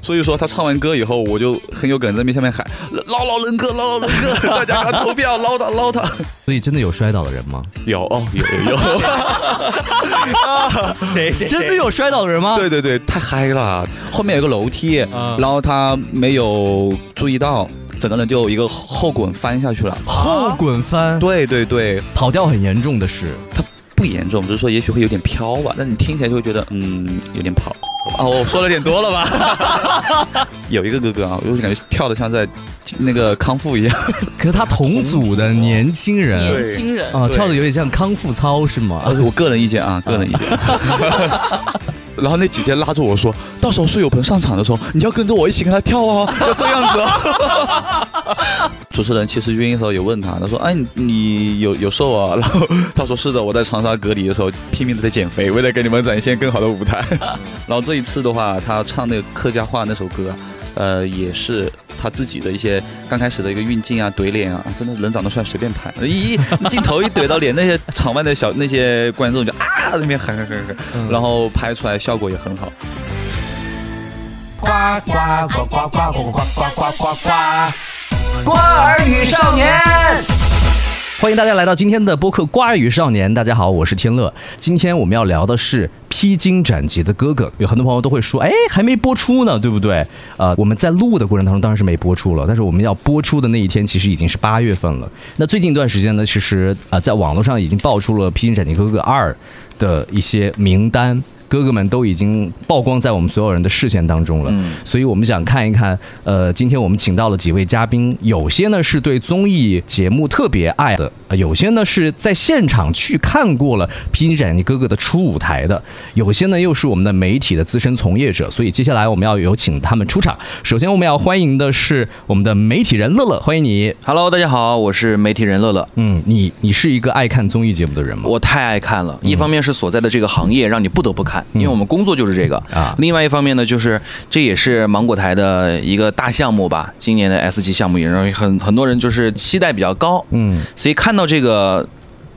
所以说他唱完歌以后，我就很有梗在那下面喊捞捞人哥，捞捞人哥，大家投票捞他捞他。所以真的有摔倒的人吗？ 有哦，有有 有。谁谁真的有摔倒的人吗？对对对，太嗨了！后面有个楼梯，然后他没有注意到，整个人就一个后滚翻下去了。后滚翻， 对对对，跑掉很严重的是，它不严重，只是说也许会有点飘吧，但你听起来就会觉得嗯有点跑。啊，我说了点多了吧？ 有一个哥哥啊，我就感觉跳的像在那个康复一样。可是他同组的年轻人对年轻人嗯啊，对跳的有点像康复操是吗？啊，我个人意见啊，个人意见。 然后那姐姐拉着我说，到时候苏有朋上场的时候，你要跟着我一起跟他跳 哦，要这样子哦。 主持人其实晕的时候也问他，他说：“哎，你你有有瘦啊？”然后他说：“是的，我在长沙隔离的时候拼命的在减肥，为了给你们展现更好的舞台。”然后这一次的话，他唱那个客家话那首歌，呃，也是他自己的一些刚开始的一个运镜啊、怼脸啊，真的人长得帅随便拍，一一镜头一怼到脸，那些场外的小那些观众就啊那边喊喊喊喊，然后拍出来效果也很好。呱呱呱呱呱呱呱呱呱呱呱，瓜儿与少年。欢迎大家来到今天的播客《瓜语少年》，大家好，我是天乐。今天我们要聊的是披荆斩棘的哥哥。有很多朋友都会说，哎，还没播出呢，对不对？呃，我们在录的过程当中当然是没播出了，但是我们要播出的那一天其实已经是八月份了。那最近一段时间呢，其实啊、呃在网络上已经爆出了《披荆斩棘哥哥二》的一些名单。哥哥们都已经曝光在我们所有人的视线当中了，所以我们想看一看，呃，今天我们请到了几位嘉宾，有些呢是对综艺节目特别爱的，呃有些呢是在现场去看过了《披荆斩棘哥哥》的初舞台的，有些呢又是我们的媒体的资深从业者，所以接下来我们要有请他们出场。首先我们要欢迎的是我们的媒体人乐乐，欢迎你。 Hello，大家好，我是媒体人乐乐。嗯，你你是一个爱看综艺节目的人吗？我太爱看了，一方面是所在的这个行业让你不得不看，因为我们工作就是这个啊另外一方面呢，就是这也是芒果台的一个大项目吧，今年的 S 级项目也让很很多人就是期待比较高，嗯，所以看到这个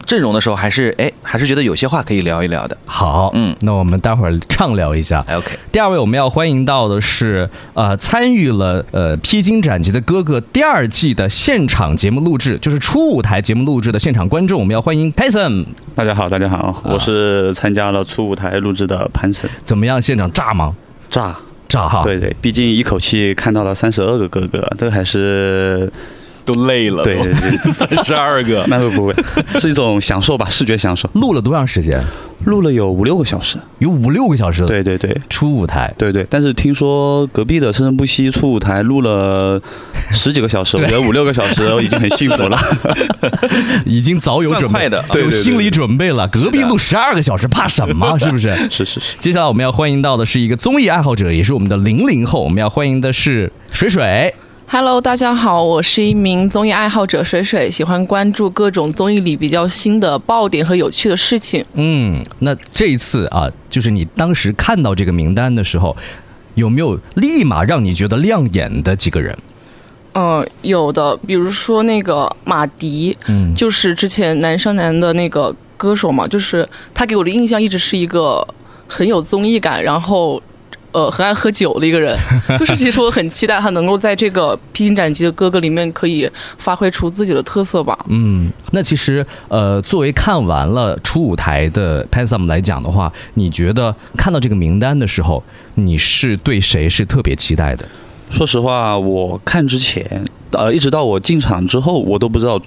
阵容的时候，还是哎还是觉得有些话可以聊一聊的。好，嗯那我们待会儿畅聊一下。哎 OK，第二位我们要欢迎到的是，呃，参与了呃《披荆斩棘的哥哥》第二季的现场节目录制，就是初舞台节目录制的现场观众，我们要欢迎 Tyson，大家好，大家好，我是参加了初舞台录制的潘神怎么样？现场炸吗？炸，啊炸哈！，对对，毕竟一口气看到了三十二个哥哥，这还是都累了对对对，三十二个那会不 会是一种享受吧？视觉享受，录了多长时间？录了有五六个小时。有五六个小时了。，对对对，初舞台。对对，但是听说隔壁的生生不息初舞台录了 十几个小时，我觉得五六个小 时已经很幸福了。 已经早有算准备快的对有对对心理准备了。隔壁录十二个小时，怕什么？是不是？ 是是是，接下来我们要欢迎到的是一个综艺爱好者，也是我们的零零后，我们要欢迎的是水水。 ，Hello，大家好，我是一名综艺爱好者水水，喜欢关注各种综艺里比较新的爆点和有趣的事情。嗯，那这一次啊，就是你当时看到这个名单的时候，有没有立马让你觉得亮眼的几个人？嗯，有的，比如说那个马迪，嗯，就是之前南山南的那个歌手嘛，就是他给我的印象一直是一个很有综艺感，然后呃很爱喝酒的一个人。就是其实我很期待他能够在这个《披荆斩棘的哥哥》里面可以发挥出自己的特色吧。嗯，那其实呃，作为看完了初舞台的 Pansam 来讲的话，你觉得看到这个名单的时候，你是对谁是特别期待的？说实话，我看之前，呃，一直到我进场之后，我都不知道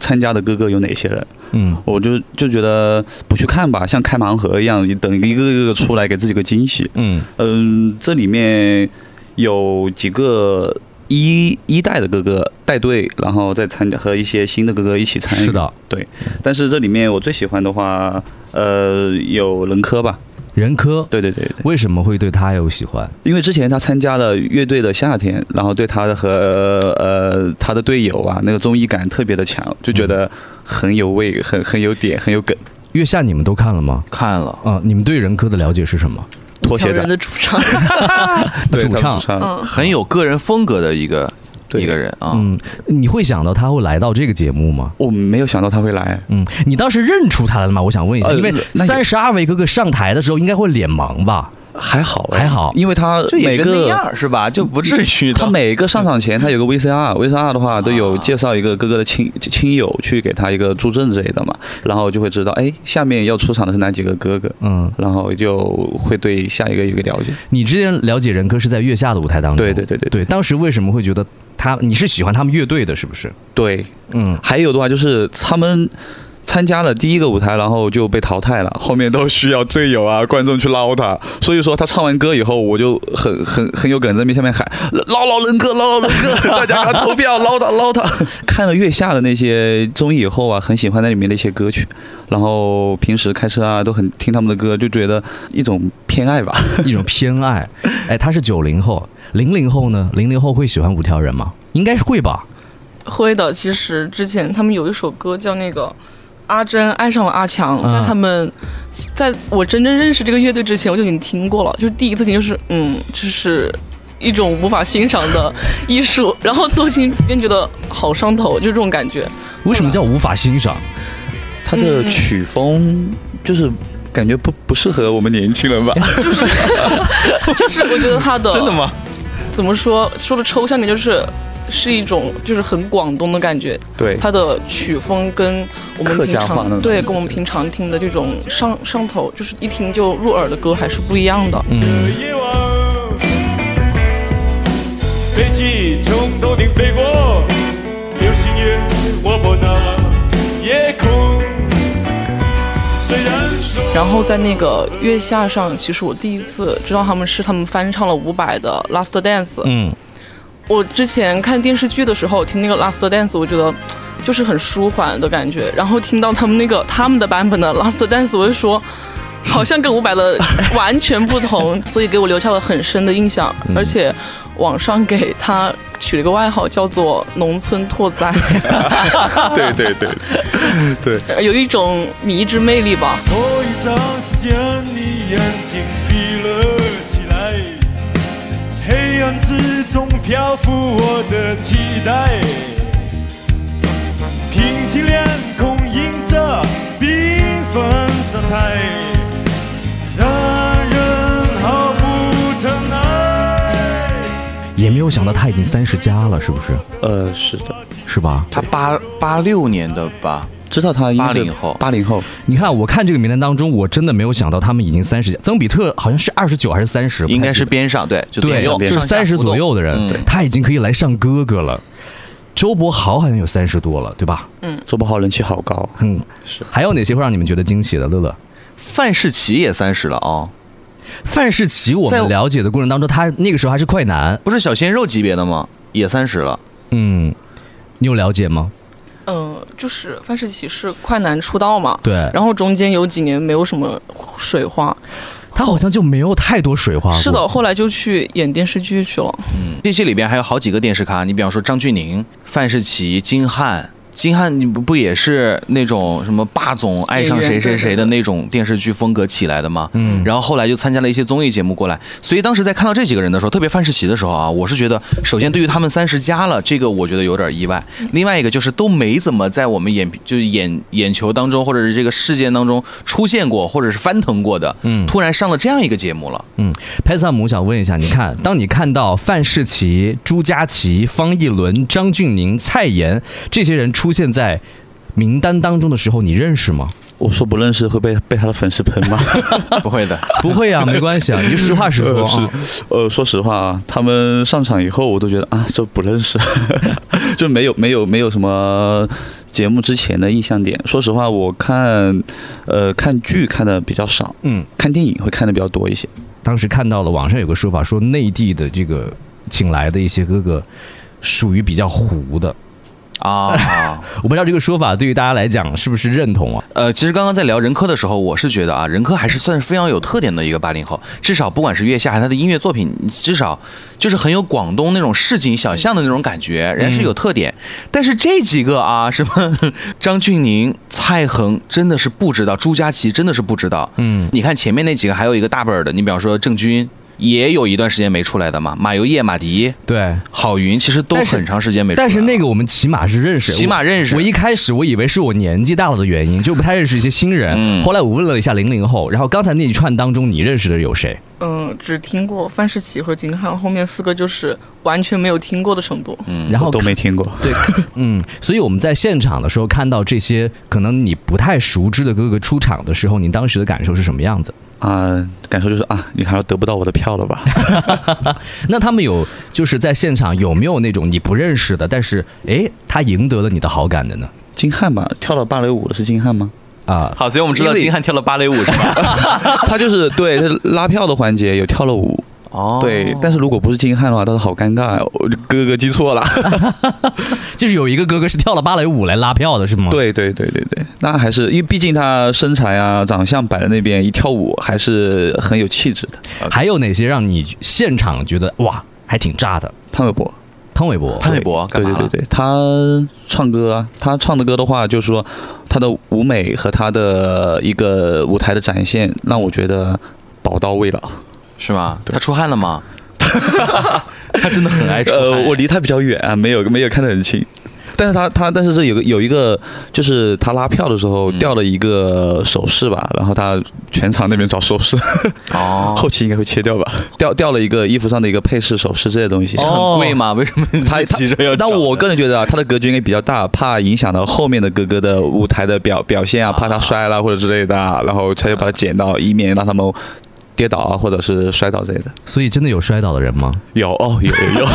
参加的哥哥有哪些人，嗯我就就觉得不去看吧，像开盲盒一样，等一个一个出来给自己个惊喜。嗯嗯，这里面有几个一一代的哥哥带队，然后再参加和一些新的哥哥一起参与。是的，对。但是这里面我最喜欢的话，呃，有任科吧？任科对对对对，为什么会对他有喜欢？因为之前他参加了乐队的夏天，然后对他的和呃他的队友啊，那个综艺感特别的强，就觉得很有味，很很有点，很有梗。月下你们都看了吗？看了，嗯、你们对任科的了解是什么？拖鞋小仔人，的主唱，对主他唱主唱，很有个人风格的一个对一个人啊。嗯，你会想到他会来到这个节目吗？我没有想到他会来。嗯，你当时认出他了吗？我想问一下，呃因为那也三十二位哥哥上台的时候应该会脸盲吧？还好哎，还好因为他就也每觉得那个样儿是吧？就不至于的他每个上场前，他有个 VCR，VCR 的话都有介绍一个哥哥的亲亲友去给他一个助阵之类的嘛，然后就会知道，哎，下面要出场的是哪几个哥哥，嗯，然后就会对下一个有个了解。你之前了解人科是在月下的舞台当中，对对对对嗯对，当时为什么会觉得他？你是喜欢他们乐队的，是不是？对，嗯，还有的话就是他们。参加了第一个舞台，然后就被淘汰了。后面都需要队友啊、观众去捞他。所以说他唱完歌以后，我就很很很有梗，在那边下面喊捞捞人哥，捞捞人哥，大家给啊他投票，捞他捞他。看了月下的那些综艺以后啊，很喜欢那里面的一些歌曲，然后平时开车啊都很听他们的歌，就觉得一种偏爱吧。一种 偏爱。哎，他是九零后，零零后呢？零零后会喜欢五条人吗？应该是会吧。会的，其实之前他们有一首歌叫那个。阿珍爱上了阿强，嗯在他们，在我真正认识这个乐队之前，我就已经听过了。就是第一次听，就是嗯，就是一种无法欣赏的艺术，然后都已经便觉得好上头，就这种感觉。为什么叫无法欣赏？他的嗯嗯曲风就是感觉不不适合我们年轻人吧？就是我觉得他的真的吗？怎么说，说的抽象点，就是是一种就是很广东的感觉， 对，它的曲风跟我们客平家话那常种对跟我们平常听的这种上上头，就是一听就入耳的歌还是不一样的。嗯，夜晚，飞机从头顶飞过，流星也划破那夜空。虽然说，然后在那个月下上，其实我第一次知道他们是他们翻唱了伍佰的《Last Dance》。嗯，我之前看电视剧的时候听那个《Last Dance》，我觉得就是很舒缓的感觉。然后听到他们那个他们的版本的《Last Dance》，我就说好像跟伍佰的完全不同，所以给我留下了很深的印象。而且网上给他取了一个外号叫做“农村拓哉 对对 对对。”，有一种迷之魅力吧。过一长时间，你眼睛闭了起来，黑暗之中漂浮我的期待，平起脸孔映着缤纷色彩，让人毫不疼爱。也没有想到他已经三十加了，是不是？呃，是的，是吧？他八八六年的吧，知道他应该是80后八零后，你看，我看这个名单当中，我真的没有想到他们已经三十加。曾比特好像是二十九还是三十？应该是边上对，就对，左右就是上下三十浮动左右的人，嗯对他已经可以来上哥哥了。周柏豪好像有三十多了，对吧？周柏豪人气好高，嗯，是。还有哪些会让你们觉得惊喜的？乐乐，范世琦也三十了啊、范世琦，我在们了解的过程当中，他那个时候还是快男，不是小鲜肉级别的吗？也三十了，嗯，你有了解吗？嗯、就是范世琦是快男出道嘛，对然后中间有几年没有什么水花，他好像就没有太多水花过是的，，后来就去演电视剧去了。这这里边还有好几个电视咖，你比方说张峻宁、范世琦、金瀚。金瀚，你不不也是那种什么霸总爱上谁谁谁的那种电视剧风格起来的吗？嗯然后后来就参加了一些综艺节目过来，所以当时在看到这几个人的时候，特别范世琦的时候啊，我是觉得，首先对于他们三十加了这个，我觉得有点意外。嗯另外一个就是都没怎么在我们眼就是眼眼球当中，或者是这个事件当中出现过，或者是翻腾过的，嗯突然上了这样一个节目 了，嗯，佩萨姆想问一下，你看，当你看到范世琦、朱佳琪、方逸伦、张峻宁、蔡妍这些人出现在名单当中的时候，你认识吗？我说不认识会被被他的粉丝喷 吗？不会的，不会啊，没关系啊，你就实话实说呃啊。是，呃，说实话啊，他们上场以后，我都觉得啊，这不认识， 就没有没有没有什么节目之前的印象点。说实话，我看呃看剧看的比较少，嗯，看电影会看的比较多一些。当时看到了网上有个说法，说内地的这个请来的一些哥哥，属于比较糊的。啊。我不知道这个说法对于大家来讲是不是认同啊？呃，其实刚刚在聊人科的时候，我是觉得啊，人科还是算是非常有特点的一个八零后，至少不管是月下还是他的音乐作品，至少就是很有广东那种市井嗯小巷的那种感觉，人家是有特点。但是这几个啊，什么 张峻宁、蔡恒，真的是不知道，朱佳琪真的是不知道。嗯，你看前面那几个，还有一个大本儿的，你比方说郑钧。也有一段时间没出来的嘛，马油叶、马迪、对，郝云其实都但是很长时间没出但来了。是那个我们起码是认识，起码认识我。我一开始我以为是我年纪大了的原因，就不太认识一些新人。嗯后来我问了一下零零后，然后刚才那一串当中你认识的有谁？嗯，只听过范世琦和金瀚，后面四个就是完全没有听过的程度。然后都没听过。哦对，嗯，所以我们在现场的时候看到这些可能你不太熟知的哥哥出场的时候，你当时的感受是什么样子？啊，感受就是啊，你还是得不到我的票了吧？ 那他们有就是在现场有没有那种你不认识的，但是诶他赢得了你的好感的呢？金瀚吧，跳了芭蕾舞的是金瀚吗？啊，好，所以我们知道因为金瀚跳了芭蕾舞是 吧？他就是对他拉票的环节有跳了舞，哦对。但是如果不是金瀚的话，倒是好尴尬，我哥哥记错了。哦就是有一个哥哥是跳了芭蕾舞来拉票的是 吗？，对对对对对，那还是因为毕竟他身材啊、长相摆在那边，一跳舞还是很有气质的。还有哪些让你现场觉得哇还挺炸的？潘玮柏，潘玮柏，潘玮柏干对嘛对了对对，他唱歌啊，他唱的歌的话，就是说他的舞美和他的一个舞台的展现，让我觉得宝到位了。是吗？他出汗了吗？ 他真的很爱出汗。呃，我离他比较远啊，没有没有看得很清。但是他他但是这有个有一个，就是他拉票的时候掉了一个首饰吧，然后他全场那边找首饰，哦， 后期应该会切掉吧，掉掉了一个衣服上的一个配饰、首饰这些东西。这很贵吗？为什么哦他他急着要找但呢？我个人觉得啊，他的格局应该比较大，怕影响到后面的哥哥的舞台的表表现啊，怕他摔了或者之类的啊，然后他就把他捡到，以免让他们跌倒啊，或者是摔倒之类的。所以真的有摔倒的人吗？有哦，有有有，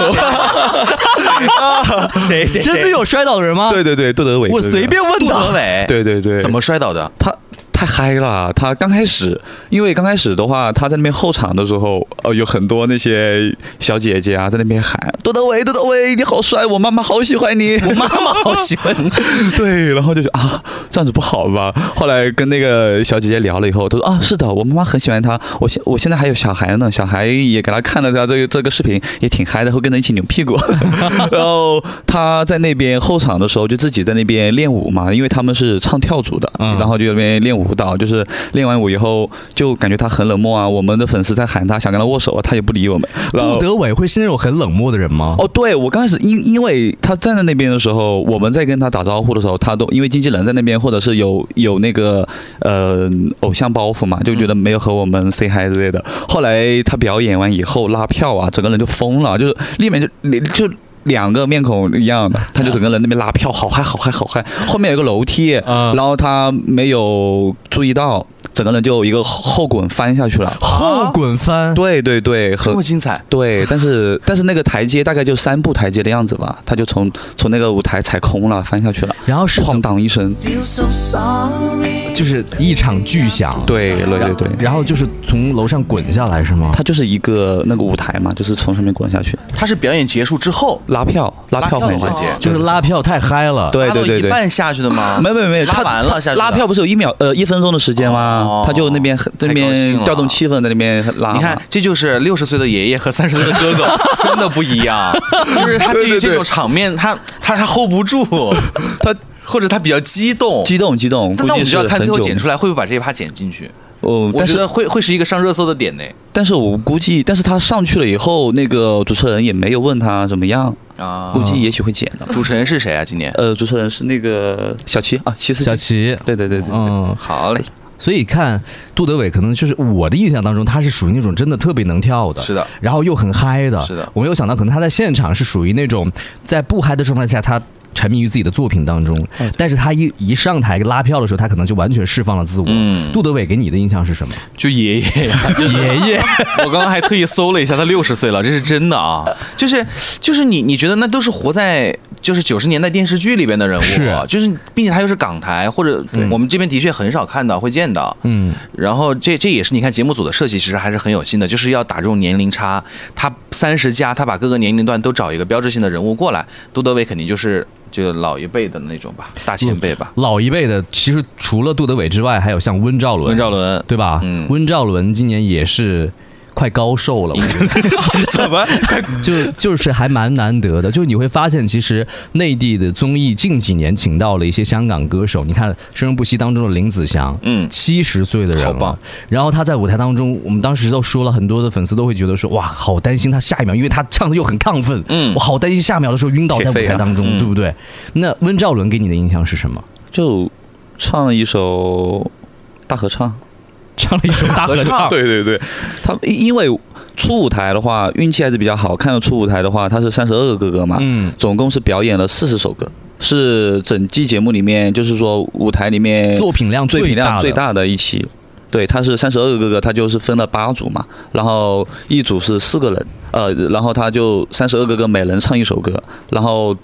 谁谁真的有摔倒的人吗？ 哎对对对，杜德伟，我对随便问杜德的。伟对对对，怎么哎摔倒的？他太嗨了，啊他刚开始，因为刚开始的话，他在那边候场的时候，呃，有很多那些小姐姐啊，在那边喊杜德伟，杜德伟，你好帅，我妈妈好喜欢你。我妈妈好喜欢你， 对，然后就觉得啊，这样子不好吧？后来跟那个小姐姐聊了以后，她说啊，是的，我妈妈很喜欢他，我现我现在还有小孩呢，小孩也给他看了他这个这个视频，也挺嗨的，会跟着一起扭屁股。 然后他在那边后场的时候，就自己在那边练舞嘛，因为他们是唱跳组的，嗯然后就在那边练舞蹈，就是练完舞以后就感觉他很冷漠啊，我们的粉丝在喊他，想跟他握手啊，他也不理我们。然后杜德伟会是那种很冷漠的人吗？哦，对，我刚开始因因为他站在那边的时候，我们在跟他打招呼的时候，他都因为经纪人在那边，或者是有有那个呃偶像包袱嘛，就觉得没有和我们 say hi 之类的。后来他表演完以后拉票啊，整个人就疯了，就是立面就脸就。两个面孔一样的，他就整个人那边拉票，好嗨好嗨好嗨。后面有个楼梯，嗯然后他没有注意到，整个人就一个后后滚翻下去了。后滚翻，啊对对对，很这么精彩？对，但 是但是那个台阶大概就三步台阶的样子吧，他就从从那个舞台踩空了，翻下去了，然后是哐当一声，嗯就是一场巨响，对对对对，然后就是从楼上滚下来是吗？他就是一个那个舞台嘛，就是从上面滚下去，他是表演结束之后拉票拉票拉票的环环节，节，就是拉票太嗨了，对拉到对对一对。半下去的 吗？没有没有没有，拉他完了下他去的拉票不是有一秒呃一分钟的时间吗哦？他就那边太那高兴边了调动气氛在那边拉嘛。你看，这就是六十岁的爷爷和三十岁的 哥哥真的不一样，就是他对于对对对这种场面，他他他 hold 不住，他或者他比较激动。激动激动，那估那我计们是就要看很最后久剪。出来会不会把这一趴剪进去。哦，我但觉是得会会是一个上热搜的点呢。但是我估计，但是他上去了以后，那个主持人也没有问他怎么样，啊估，计也许会剪的吧。主持人是谁啊？今年呃，主持人是那个小齐啊，齐思小琪，齐，对对对对，嗯，好嘞，所以看杜德伟，可能就是我的印象当中，他是属于那种真的特别能跳的，是的，然后又很嗨的，是的我没有想到，可能他在现场是属于那种在不嗨的状态下，他沉迷于自己的作品当中，但是他一一上台拉票的时候，他可能就完全释放了自我。嗯杜德伟给你的印象是什么？就爷爷 呀，爷爷，我刚刚还特意搜了一下，他六十岁了，这是真的啊！就是就是你你觉得那都是活在就是九十年代电视剧里边的人物，啊是就是并且他又是港台或者我们这边的确很少看到会见到，嗯，然后这这也是你看节目组的设计其实还是很有心的，就是要打中年龄差，他三十加，他把各个年龄段都找一个标志性的人物过来，杜德伟肯定就是就老一辈的那种吧，大前辈吧，老一辈的，其实嗯除了杜德伟之外，还有像温兆伦，温兆伦对吧？嗯温兆伦今年也是。快高寿了，我觉得怎么？就就是还蛮难得的。就是你会发现，其实内地的综艺近几年请到了一些香港歌手，你看《生生不息》当中的林子祥，嗯七十岁的人好了，棒然后他在舞台当中，我们当时都说了很多的粉丝都会觉得说，哇，好担心他下一秒，因为他唱的又很亢奋，嗯我好担心下一秒的时候晕倒在舞铁肺台啊当中，嗯对不对？那温兆伦给你的印象是什么？ 就唱一首大合唱。唱了一首大合唱， 对对对，他因因为初舞台的话，运气还是比较好。看到初舞台的话，他是三十二个哥哥嘛， 嗯总共是表演了四十首歌，是整季节目里面，就是说舞台里面作品量最最品量的最大的一期。对，他是三十二个哥哥，他就是分了八组嘛，然后一组是四个人，呃，然后他就三十二个哥每人唱一首歌，然后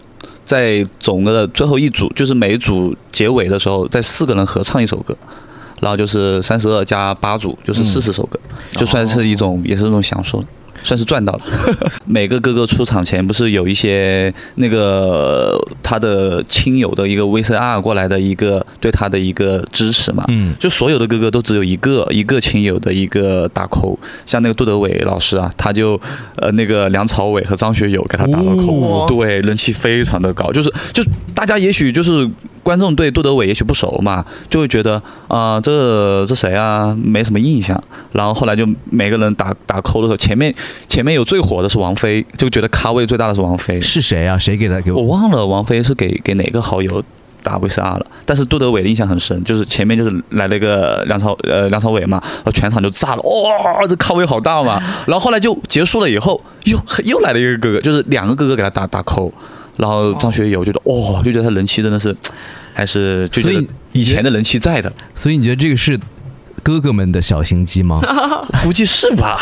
在总的最后一组，就是每一组结尾的时候，在四个人合唱一首歌，然后就是三十二加八组，就是四十首歌，就算是一种、也是一种享受了。算是赚到了。每个哥哥出场前不是有一些那个他的亲友的一个 VCR 过来的一个对他的一个支持嘛？嗯就所有的哥哥都只有一个一个亲友的一个打 call，像那个杜德伟老师啊，他就呃那个梁朝伟和张学友给他打了 call，、哦对，人气非常的高，就是就大家也许就是。观众对杜德伟也许不熟嘛，就会觉得啊、这这谁啊，没什么印象。然后后来就每个人打打 call 的时候，前面前面有最火的是王菲，就觉得咖位最大的是王菲。是谁啊？谁给他给我我？忘了王菲是给给哪个好友打 VCR 了，但是杜德伟的印象很深，就是前面就是来了一个梁朝呃梁朝伟嘛，然后全场就炸了，哇、这咖位好大嘛。然后后来就结束了以后，又又来了一个哥哥，就是两个哥哥给他打打 call，然后张学友觉得哦，就觉得他人气真的是。还是就觉得所以以前的人气在的，所以你觉得这个是哥哥们的小心机吗？估计是吧？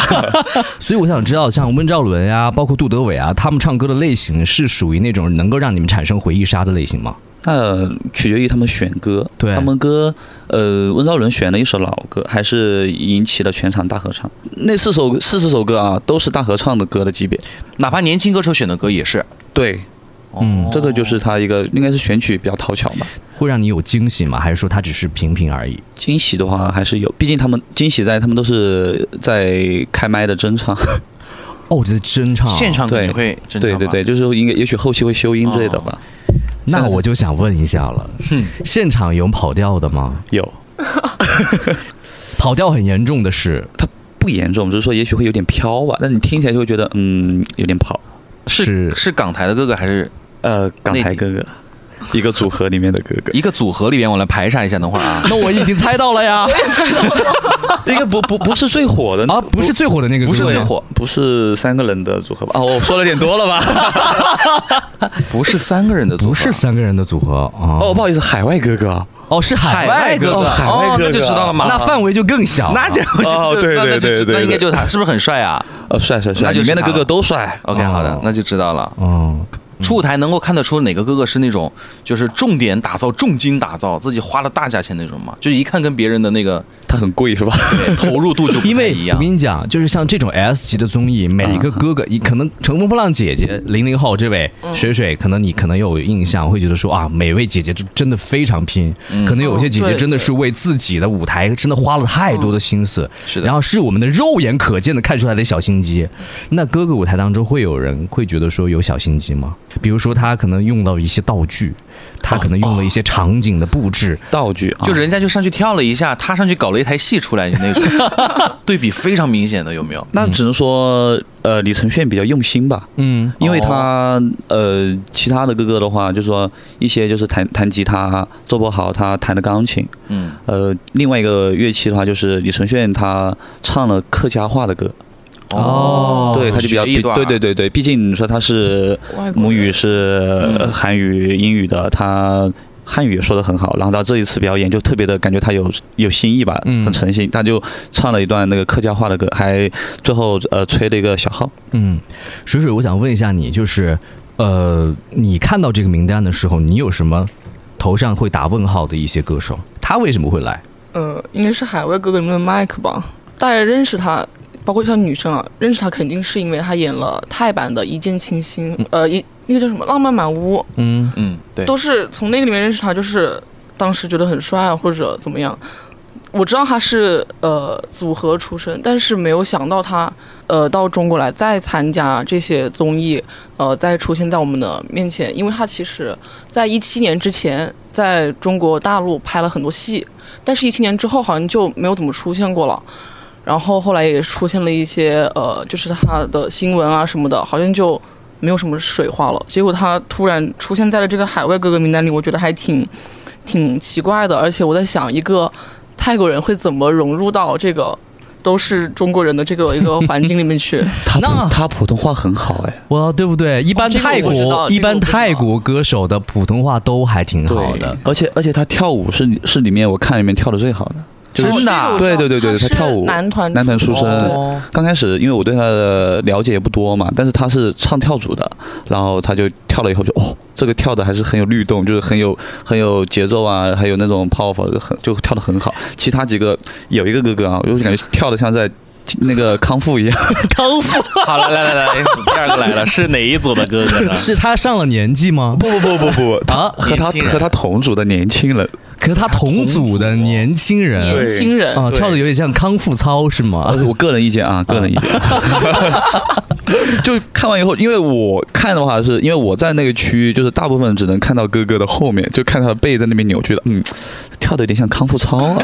所以我想知道，像温兆伦啊，包括杜德伟啊，他们唱歌的类型是属于那种能够让你们产生回忆杀的类型吗？那取决于他们选歌，对他们歌，呃，温兆伦选了一首老歌，还是引起了全场大合唱。那四首四十首歌啊，都是大合唱的歌的级别。哪怕年轻歌手选的歌也是，对，嗯，这个就是他一个应该是选曲比较讨巧吧。会让你有惊喜吗？还是说他只是平平而已？惊喜的话还是有，毕竟他们惊喜在他们都是在开麦的真 唱，哦，这是真唱啊、现场肯定对会真对对对，就是应该也许后期会修音之类的吧。哦那我就想问一下了，现场有跑调的吗？有，跑调很严重的是它不严重，只是说也许会有点飘啊吧，但你听起来就会觉得嗯有点跑。是是是港台的哥哥还是呃，港台内地哥哥，一个组合里面的哥哥。一个组合里边？我来排查一下，等会儿啊 。那我已经猜到了呀，应该不不不是最火的 啊，不是最火的那个歌吗，不是最火，不是三个人的组合吧？哦，我说了点多了吧？不是三个人的组合，不是三个人的哦组合啊，哦，不好意思，海外哥哥，哦，是海海外外歌哥哦哥，海外哦哥哥那就知道了嘛。那范围就更小， 那这哦那对那对就对对那应该对就是他，是不是很帅啊呃，帅帅帅，那就里是面的他哥哥了都帅。 ？OK，好的哦，那就知道了。嗯，初舞台能够看得出哪个哥哥是那种就是重点打造、重金打造、自己花了大价钱那种嘛？就一看跟别人的那个他很贵是吧？投入度就不因太为一我样。跟你讲，就是像这种 S 级的综艺，每一个哥哥，你可能《乘风破浪》姐姐零零后这位水水，可能你可能有印象，会觉得说啊，每位姐姐就真的非常拼，可能有些姐哦姐对真的是为自己的舞台真的花了太多的心思，是的然后是我们的肉眼可见的看出来的小心机。那哥哥舞台当中会有人会觉得说有小心机吗？比如说他可能用到一些道具，他可能用了一些场景的布置， 道具啊，就人家就上去跳了一下，他上去搞了一台戏出来，就那种对比非常明显的，有没有？那只能说，呃，李承铉比较用心吧，嗯，因为他呃，其他的哥哥的话，就说一些就是弹弹吉他，周柏豪他弹的钢琴，嗯，呃，另外一个乐器的话就是李承铉他唱了客家话的歌，哦对，他就比较学一比段啊对对对对，毕竟你说他是外国母语是韩语、英语的，他汉语也说得很好。然后他这一次表演就特别的感觉他有有新意吧，嗯很诚心，他就唱了一段那个客家话的歌，还最后呃吹了一个小号。嗯，水水，我想问一下你，就是呃，你看到这个名单的时候，你有什么头上会打问号的一些歌手？他为什么会来？呃，应该是海外哥哥里面的 Mike 吧。大家认识他，包括像女生啊，认识他肯定是因为他演了泰版的《一见倾心》，嗯呃，一那个叫什么《浪漫满屋嗯，嗯，对》，，都是从那个里面认识他，就是当时觉得很帅啊，或者怎么样。我知道他是呃组合出身，但是没有想到他呃到中国来再参加这些综艺，呃再出现在我们的面前，因为他其实在一七年之前在中国大陆拍了很多戏，但是一七年之后好像就没有怎么出现过了。然后后来也出现了一些呃，就是他的新闻啊什么的，好像就没有什么水花了。结果他突然出现在了这个海外哥哥名单里，我觉得还挺挺奇怪的。而且我在想，一个泰国人会怎么融入到这个都是中国人的这个一个环境里面去？他普那他普通话很好哎，哇，对不对？一般哦这个泰我不国、知道一这个般我不知道泰国歌手的普通话都还挺好的。而且而且他跳舞是是里面我看里面跳的最好的，就是真的啊哦这个对我知道对对对，他他是跳舞男团男团出身对哦刚开始因为我对他的了解也不多嘛，但是他是唱跳组的，然后他就跳了以后就哦，这个跳的还是很有律动，就是很有很有节奏啊，还有那种 powerful，就很就跳的很好。其他几个有一个哥哥啊，我就感觉跳的像在那个康复一样，康复好了，来来来，第二个来了，是哪一组的哥哥呢？是他上了年纪吗？不不不不不，他啊和他年轻人和他同组的年轻人，可是他同组的年轻人年轻人啊，跳的有点像康复操是吗啊，？我个人意见啊，个人意见。 就看完以后，因为我看的话是，因为我在那个区，就是大部分只能看到哥哥的后面，就看他的背在那边扭曲的，嗯，跳的有点像康复操 啊。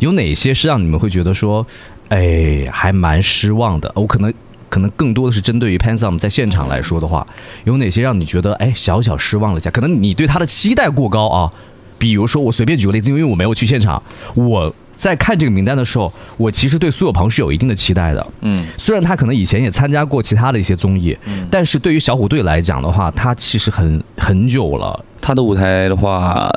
有哪些是让你们会觉得说，哎，还蛮失望的？哦我可能可能更多的是针对于 Pansam 在现场来说的话，有哪些让你觉得哎小小失望了一下？可能你对他的期待过高啊。比如说，我随便举个例子，因为我没有去现场，我在看这个名单的时候，我其实对苏有朋是有一定的期待的。嗯，虽然他可能以前也参加过其他的一些综艺，嗯但是对于小虎队来讲的话，他其实很很久了，他的舞台的话，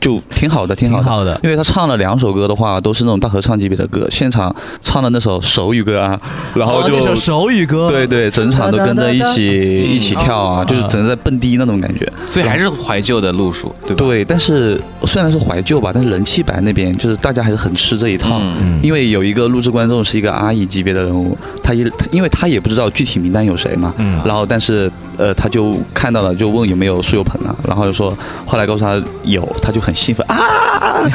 就挺好的，挺挺好的。好的。因为他唱了两首歌的话，都是那种大合唱级别的歌，现场唱的那首手语歌啊，然后哦就那首手语歌，嗯对对，整场都跟着一 起一起跳啊，就是整个在蹦迪那种感觉。所以还是怀旧的路数，对吧？对，但是虽然是怀旧吧，但是人气版那边就是大家还是很吃这一套，嗯因为有一个录制观众是一个阿姨级别的人物，她也她因为她也不知道具体名单有谁嘛，嗯然后但是呃她就看到了，就问有没有苏有朋啊，然后就说后来告诉她有，她就很兴奋啊，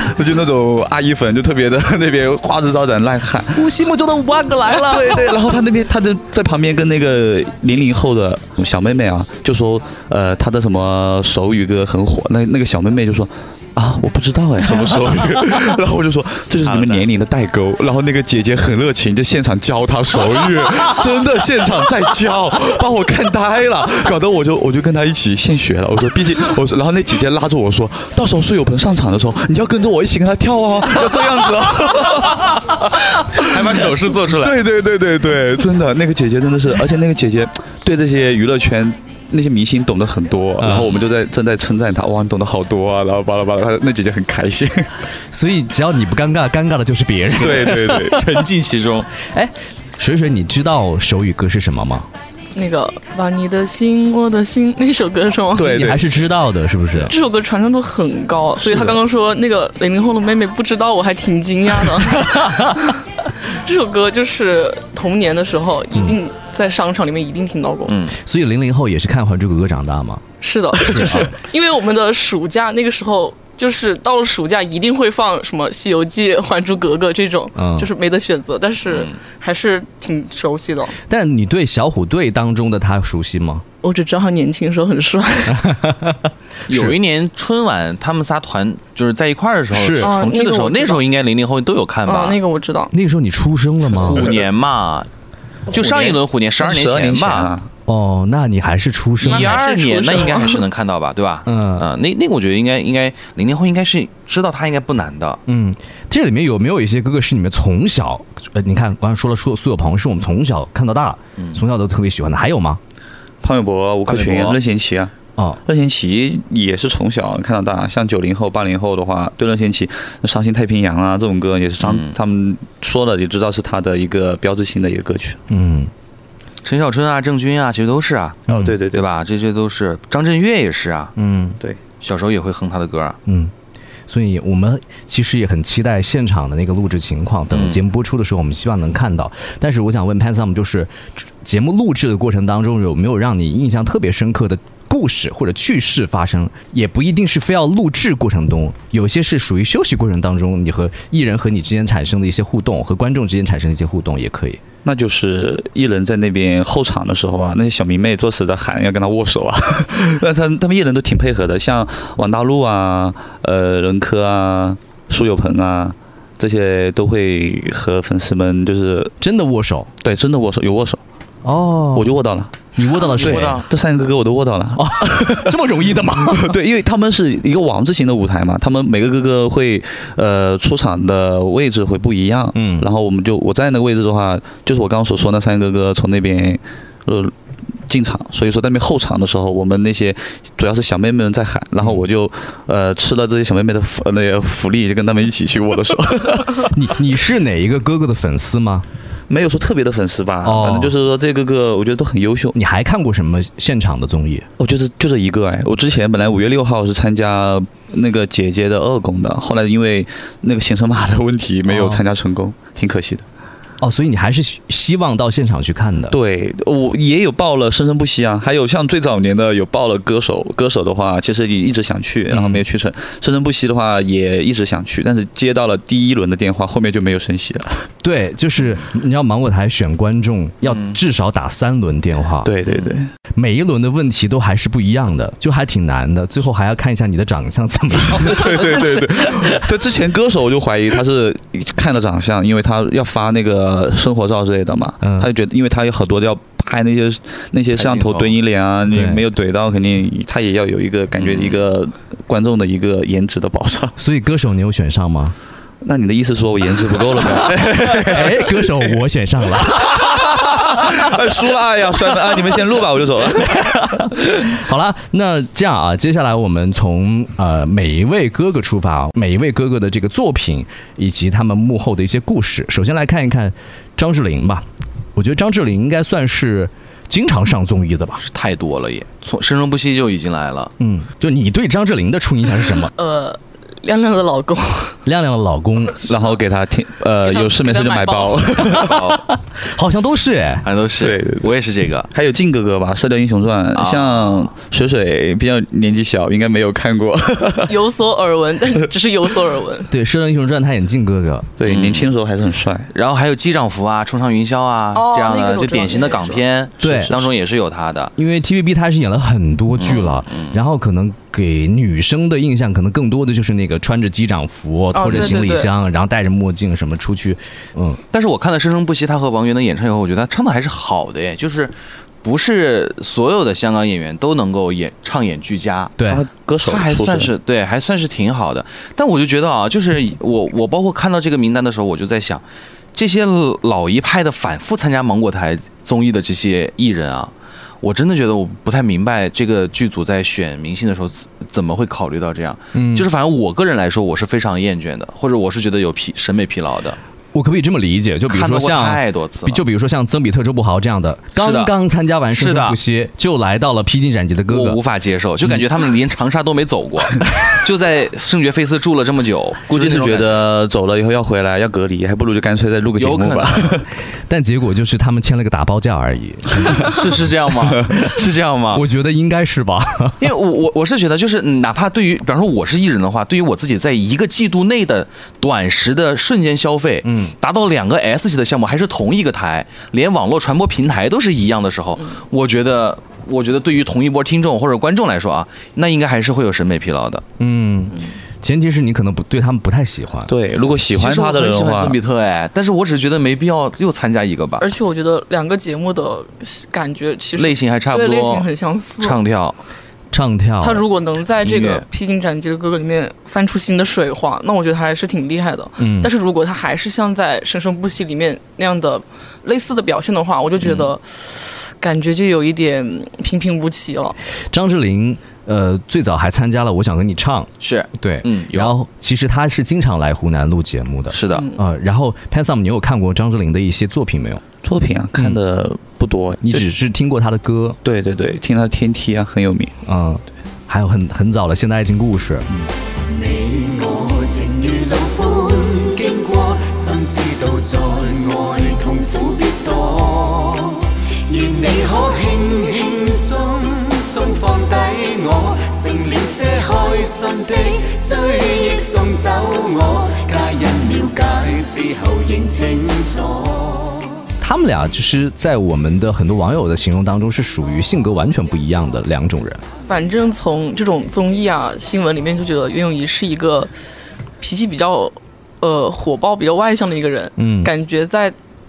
就那种阿姨粉就特别的 那边花枝招展乱喊，我心目中的五阿哥来 了。对对，然后他那边他就在旁边跟那个零零后的小妹妹啊，就说呃他的什么手语歌很火，那那个小妹妹就说啊我不知道哎什么手语， 然后我就说这就是你们年龄的代沟，然后那个姐姐很热情，就现场教他手语，真的现场在教，把我看呆了， 搞得我就我就跟他一起现学了，我说毕竟我说，然后那姐姐拉着我说，到时候苏有朋上场的时候，你要跟着我一起跟他跳啊，要这样子啊。 还把手势做出来。对对对对对，真的，那个姐姐真的是，而且那个姐姐对这些娱乐圈。那些明星懂得很多，嗯然后我们就在正在称赞她，哇，你懂得好多啊，然后巴拉巴拉，她那姐姐很开心。所以只要你不尴尬，尴尬的就是别人。对对 对，沉浸其中，哎，水水，你知道手语歌是什么吗？那个把你的心，我的心那首歌是吗？对你还是知道的，是不是？这首歌传唱度很高，所以他刚刚说那个零零后的妹妹不知道，我还挺惊讶的。 这首歌就是童年的时候一定在商场里面一定听到过，嗯所以零零后也是看《还珠格格》长大 吗？是 的，就是因为我们的暑假那个时候。就是到了暑假，一定会放什么《西游记》《还珠格格》这种，嗯就是没得选择，但是还是挺熟悉的。但你对小虎队当中的他熟悉吗？我只知道他年轻时候很帅，有一年春晚，他们仨团就是在一块儿的时候，是重聚的时候，哦那个我知道那时候应该零零后都有看吧 啊，？那个我知道。那个时候你出生了吗？虎年嘛，就上一轮虎年，十二12前年前吧，啊， 哦，那你啊还是出生一那还二是年出那生应该还是能看到吧，对吧？嗯啊，那那个我觉得应该应该零零后应该是知道他应该不难的，嗯，这里面有没有一些哥哥是你们从小，呃，你看刚才说了苏苏有朋是我们从小看到大，从小都特别喜欢的，还有吗？潘玮柏、吴克群潘玮、柏任贤齐啊，哦，任贤齐也是从小看到大，像九零后、八零后的话，对任贤齐《伤心太平洋》啊这种歌也是张、嗯他们说了也知道是他的一个标志性的一个歌曲。嗯，陈小春啊、郑钧啊，其实都是啊，哦，对对对对，吧？这些都是张震岳也是啊，嗯，小时候也会哼他的歌啊。嗯，所以我们其实也很期待现场的那个录制情况。等嗯节目播出的时候，我们希望能看到。但是我想问 Pansam，就是节目录制的过程当中，有没有让你印象特别深刻的？故事或者趣事发生，也不一定是非要录制过程中，有些是属于休息过程当中，你和艺人和你之间产生的一些互动，和观众之间产生一些互动也可以。那就是艺人在那边候场的时候啊，那些小迷妹作死的喊要跟他握手啊， 那他们他们艺人都挺配合的，像王大陆啊、呃任科啊、苏有朋啊。这些都会和粉丝们就是真的握手对真的握手有握手，哦我就握到了，你握到了谁？握到这三个哥哥我都握到了。哦，这么容易的吗？ 对，因为他们是一个王字形的舞台嘛，他们每个哥哥会呃出场的位置会不一样，嗯然后我们就我在那个位置的话，就是我刚刚所说那三个哥哥从那边呃进场，所以说在那边后场的时候，我们那些主要是小妹妹们在喊，然后我就呃吃了这些小妹妹的福那个福利，就跟他们一起去握了手。你你是哪一个哥哥的粉丝吗？ 没有说特别的粉丝吧，哦反正就是说这个个我觉得都很优秀。你还看过什么现场的综艺？哦，就是就这一个哎，我之前本来五月六号是参加那个姐姐的二公的，后来因为那个行程码的问题没有参加成功，挺可惜的。哦，所以你还是希希望到现场去看的。对，我也有报了《生生不息》啊，还有像最早年的有报了歌手，歌手的话其实也一直想去，然后没有去成。生生不息》的话也一直想去，但是接到了第一轮的电话，后面就没有声息了。对，就是你要芒果台选观众，要至少打三轮电话，，对对对，每一轮的问题都还是不一样的，就还挺难的，最后还要看一下你的长相怎么 样。 对对对对，对之前歌手我就怀疑他是看了长相，因为他要发那个生活照之类的嘛，嗯他就觉得，因为他有很多要拍那些那些摄像头拍镜头怼你脸啊，你对没有怼到，肯定他也要有一个感觉一个观众的一个颜值的保障。 所以歌手你有选上吗？那你的意思说我颜值不够了 吗？ 哎，歌手我选上了。哎输了，哎呀，算了，啊，你们先录吧，我就走了。 好了，那这样啊，接下来我们从呃每一位哥哥出发啊，每一位哥哥的这个作品以及他们幕后的一些故事。首先来看一看张智霖吧，我觉得张智霖应该算是经常上综艺的吧。太多了也，从生生不息就已经来了。嗯，就你对张智霖的初印象是什么？呃，亮 亮的老公， 亮亮的老公然后给他听，呃，给他有事没事就买包给。哦，好像都是哎，反正都是，对对对我也是这个。 还有靖哥哥吧，《射雕英雄传》啊像水水比较年纪小，应该没有看过。 有所耳闻，但只是有所耳闻。对《射雕英雄传》他演靖哥哥，对，年轻的时候还是很帅。然后还有《机长服》啊，《冲上云霄》啊，哦这样那个的我就知道典型的港片，是对是当中也是有他的。因为 TVB 他是演了很多剧了，然后可能给女生的印象可能更多的就是那个穿着机长服、拖着对对行李对箱，然后戴着墨镜什么出去，嗯，但是我看了《生生不息》他和王源的演唱以后，我觉得他唱的还是好的耶，就是不是所有的香港演员都能够演唱演俱佳。对，他歌手他还出算身是对，还算是挺好的。但我就觉得啊，就是我我包括看到这个名单的时候，我就在想，这些老一派的反复参加芒果台综艺的这些艺人啊，我真的觉得我不太明白这个剧组在选明星的时候怎怎么会考虑到这样。嗯就是反正我个人来说，我是非常厌倦的，或者我是觉得有疲审美疲劳的。我可不可以这么理解？就比如看说到过像，太多次比了，就比如说像曾比特、周柏豪这样的，是刚的刚参加完《生是生的不息》，就来到了披荆斩棘的哥我哥无。法 接受，就感觉他们连长沙都没走过， 就在圣爵菲斯住了这么久， 估计就是那觉种感得走了以后要回来要隔离，还不如就干脆再录个节有目可吧。能但结果就是他们签了个打包价而已。是是这样吗？ 是这样吗？我觉得应该是吧。 因为我我我是觉得，就是嗯哪怕对于，比方说我是艺人的话，对于我自己在一个季度内的短时的瞬间消费，嗯，达到两个 S 级的项目，还是同一个台，连网络传播平台都是一样的时嗯候，我觉得，我觉得对于同一波听众或者观众来说啊，那应该还是会有审美疲劳的。嗯，前提是你可能不对他们不太喜欢。 对，如果喜欢其实我他的人的很喜欢话曾，比特哎，但是我只是觉得没必要又参加一个吧而，且我觉得两个节目的感觉其实类型还差不对类型多很，相似。唱跳。唱跳，他如果能在这音个乐《披荆斩棘的哥哥》里面翻出新的水花，那我觉得他还是挺厉害的。嗯但是如果他还是像在《生生不息》里面那样的类似的表现的话，我就觉得、嗯感觉就有一点平平无奇了。张智霖，呃，最早还参加了《我想和你唱》，是，对，嗯有然后其实他是经常来湖南录节目的。是嗯的，呃，然后 Pansam，你有看过张智霖的一些作品没有？作品啊看的不多，你就只是听过他的歌，对对对，听他的天梯啊很有名。嗯，还有很很早的《现代爱情故事》，你我情如路般經過，心知道再愛痛苦必多。願你可輕輕鬆鬆放低的追忆送走我，皆因了解之後認清楚。他们俩就是在我们的很多网友的形容当中是属于性格完全不一样的两种人。反正从这种综艺啊、新闻里面就觉得袁咏仪是一个脾气比较呃火爆、比较外向的一个人。嗯感觉在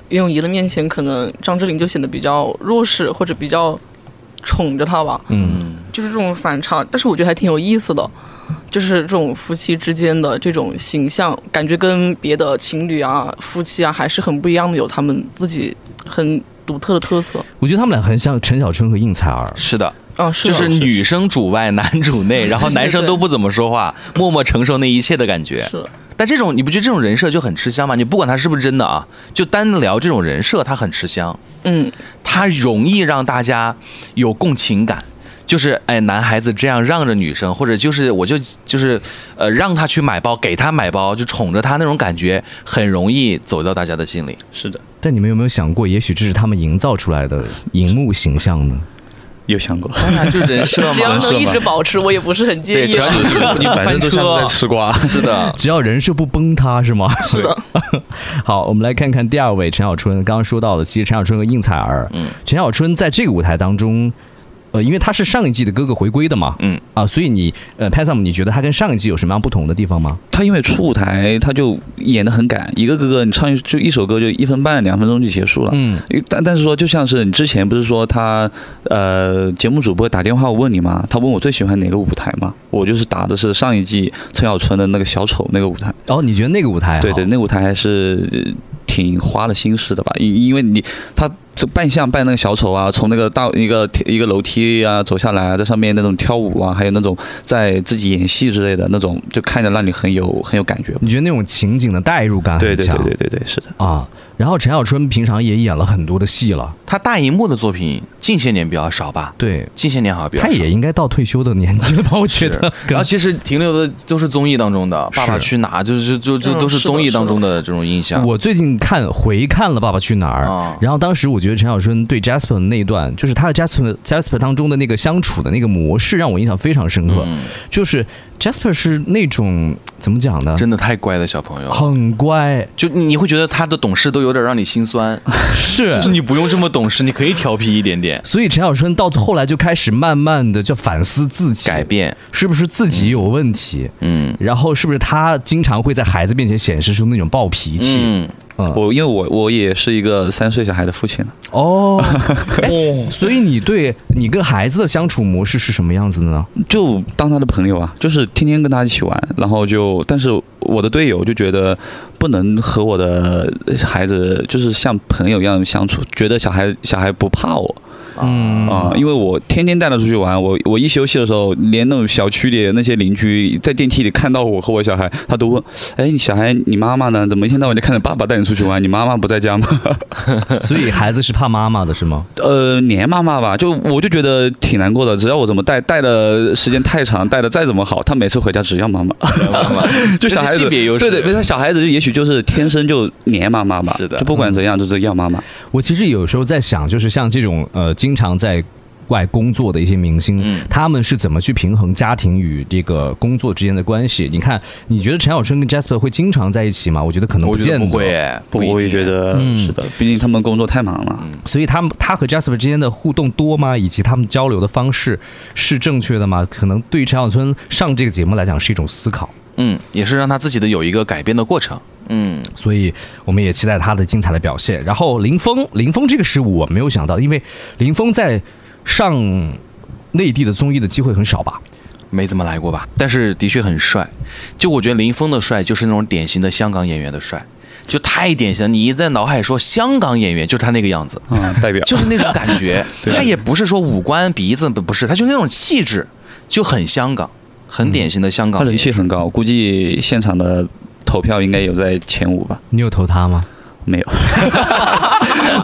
袁咏仪的面前，可能张智霖就显得比较弱势，或者比较宠着她吧。嗯，就是这种反差，但是我觉得还挺有意思的，就是这种夫妻之间的这种形象，感觉跟别的情侣啊、夫妻啊还是很不一样的，有他们自己很独特的特色。我觉得他们俩很像陈小春和应采儿。是的，啊，是就的是女生主外， 男主内，然后男生都不怎么说话，默默承受那一切的感觉。是但这种你不觉得这种人设就很吃香吗？你不管他是不是真的啊，就单聊这种人设，他很吃香。嗯，它容易让大家有共情感。就是哎，男孩子这样让着女生，或者就是我就就是，呃，让他去买包，给他买包，就宠着他那种感觉，很容易走到大家的 心里。是的，但你们有没有想过，也许这是他们营造出来的荧幕形象呢？有想 过。当然，就人设 只要嘛，是能一吧直保持，我也不是很介对，意只。要你你你反正翻都像 是在车，吃瓜。是的，只要人设不崩塌，是吗？是的， 好，我们来看看第二位陈小春。刚刚说到了，其实陈小春和应采儿，嗯，陈小春在这个舞台当中，呃，因为他是上一季的哥哥回归的嘛，嗯啊，所以你呃 p a s a m 你觉得他跟上一季有什么样不同的地方吗？他因为初舞台，他就演的很赶，一个哥哥你唱一就一首歌就一分半两分钟就结束了。嗯因为但但是说，就像是你之前不是说他呃节目组不会打电话问你吗？他问我最喜欢哪个舞台嘛，我就是打的是上一季陈小春的那个小丑那个舞台。哦，你觉得那个舞台好对对，，那舞台还是呃挺花了心思的吧？因因为你他这扮相扮那个小丑啊，从那个大一个一个楼梯啊走下来啊，在上面那种跳舞啊，还有那种在自己演戏之类的那种，就看着让你很有很有感觉嘛。你觉得那种情景的代入感对很对强对对对对，是的，啊？然后陈小春平常也演了很多的戏了，他大荧幕的作品近些年比较少吧，对，近些年好像比较他少。也应该到退休的年纪了吧？我觉 是得，，然后其实停留的都是综艺当中的《爸爸是去哪儿》，就是就就嗯都是是的综艺是的当中的这种印象。我最近看回看了《爸爸去哪儿》啊然后当时我觉得陈小春对 Jasper 的那一段，就是他和 Jasper Jasper 当中的那个相处的那个模式，让我印象非常深刻。嗯，就是 Jasper 是那种怎么讲呢？真的太乖的小朋友了，很乖，就你会觉得他的懂事都有点让你心酸，是就是。你不用这么懂事，你可以调皮一点点， 所以陈小春到后来就开始慢慢的就反思自己， 改变，是不是自己有问题，嗯然后是不是他经常会在孩子面前显示出那种暴脾气？嗯，我因为我我也是一个三岁小孩的父亲了。啊哦，哦哎 所以你对你跟孩子的相处模式是什么样子的呢？就当他的朋友啊，就是天天跟他一起玩，然后就，但是我的队友就觉得不能和我的孩子就是像朋友一样相处，觉得小孩小孩不怕我，嗯啊、因为我天天带他出去玩，我我一休息的时候，连那种小区里的那些邻居在电梯里看到我和我小孩，他都问，哎，你小孩你妈妈呢？怎么一天到晚就看着爸爸带你出去玩，你妈妈不在家吗？ 所以孩子是怕妈妈的是吗？呃，黏妈妈吧，就我就觉得挺难过的。只要我怎么带，带的时间太长，带的再怎么好，他每次回家只要妈妈， 嗯就小孩这是子性别优势对对，没错，小孩子也许就是天生就黏妈妈吧，是的就不管怎样就是要妈妈。我其实有时候在想，就是像这种呃，经常在外工作的一些明星，嗯他们是怎么去平衡家庭与这个工作之间的关系？你看，你觉得陈小春跟 Jasper 会经常在一起吗？我觉得可能我觉见得，得 不会，哎不，一定我也觉，得嗯是的，毕竟他们工作太忙了。所以他们他和 Jasper 之间的互动多吗？以及他们交流的方式是正确的吗？可能对于陈小春上这个节目来讲是一种思考，嗯，也是让他自己的有一个改变的过程，嗯，所以我们也期待他的精彩的表现。然后林峰，林峰这个是我没有想到的，因为林峰在上内地的综艺的机会很少吧？没怎么来过吧，但是的确很帅，就我觉得林峰的帅就是那种典型的香港演员的帅。就太典型了，你一在脑海说香港演员，就是他那个样子，啊，代 表就是那种感 觉。对他也不是说五官鼻子不是，他就是那种气质，就很香港，很典型的香港他演员。人气很高，估计现场的投票应该有在前五吧。你有投他吗？ 没有，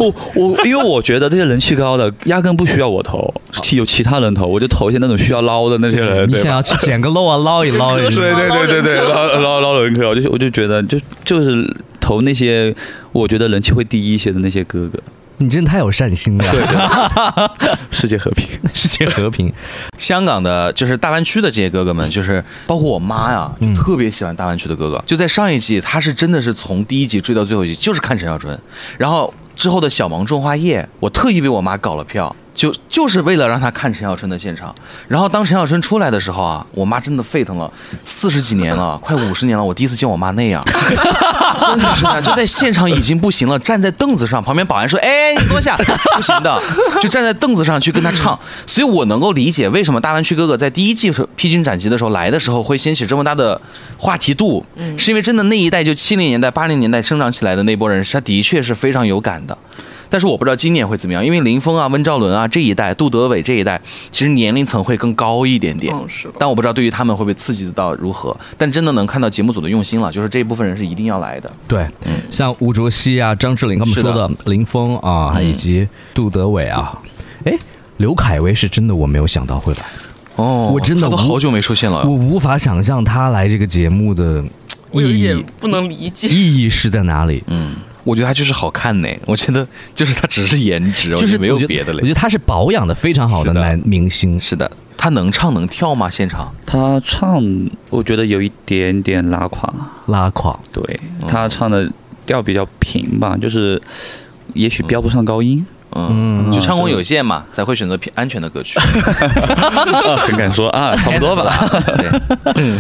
我我因为我觉得这些人气高的压根不需要我投，其有其他人投，我就投一些那种需要捞的那些人。你对吧想要去捡个漏啊，捞一捞也 对是。对对对对，捞捞捞人科，我 就我就觉得就就是投那些我觉得人气会低一些的那些哥哥，你真的太有善心了，对，世界和平。 世界和平。香港的，就是大湾区的这些哥哥们，就是包括我妈呀，就特别喜欢大湾区的哥哥。就在上一季，她是真的是从第一集追到最后一集，就是看陈小春。然后之后的小芒种花叶，我特意为我妈搞了票，就就是为了让她看陈小春的现场。然后当陈小春出来的时候啊，我妈真的沸腾了，四十几年了，快五十年了，我第一次见我妈那样，真的 是的，就在现场已经不行了，站在凳子上，旁边保安说：“哎，你坐下。”不行的，就站在凳子上去跟他唱。所以我能够理解为什么大湾区哥哥在第一季时披荆斩棘的时候来的时候会掀起这么大的话题度，是因为真的那一代就七零年代、八零年代生长起来的那波人，是他的确是非常有感的。但是我不知道今年会怎么样，因为林峰啊、温兆伦啊这一代、杜德伟这一代，其实年龄层会更高一点点。嗯是的但我不知道对于他们会不会刺激到如何，但真的能看到节目组的用心了，就是这一部分人是一定要来的。对，像吴卓羲啊、张智霖他们是说的的林峰啊，以及杜德伟啊，哎，刘恺威是真的我没有想到会来，哦，我真的无他都好久没出现了我。无法想象他来这个节目的我有一意义 点不能理解。意义是在哪里。嗯，我觉得他就是好看呢，我觉得就是他只是颜值，我就觉是得没有我觉得别的我觉嘞。得他是保养的非常好的是的男明星，是的，他能唱能跳吗？现场？他唱，我觉得有一点点拉垮。拉垮。对他唱的调比较平吧，就是也许飙不上高音，嗯，嗯就唱功这个有限嘛，才会选择偏安全的 歌曲，啊很敢说 啊，差不多吧。对，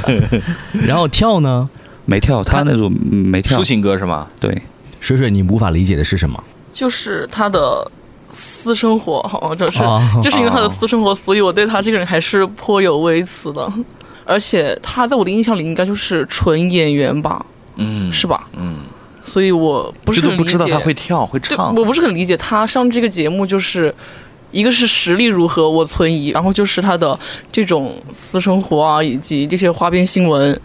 然后跳呢，没跳，他那种嗯没跳啊抒。情歌是吗？对，水水你无法理解的是什么？就是他的私生活， 好像是哦，就是因为他的私生活，所以我对他这个人还是颇有微词的。而且他在我的印象里应该就是纯演员吧，嗯，是吧？嗯，所以我不是这很都理解不知道他会跳会对唱，我不是很理解他上这个节目就是。一个是实力如何，我存疑；然后就是他的这种私生活啊，以及这些花边新闻，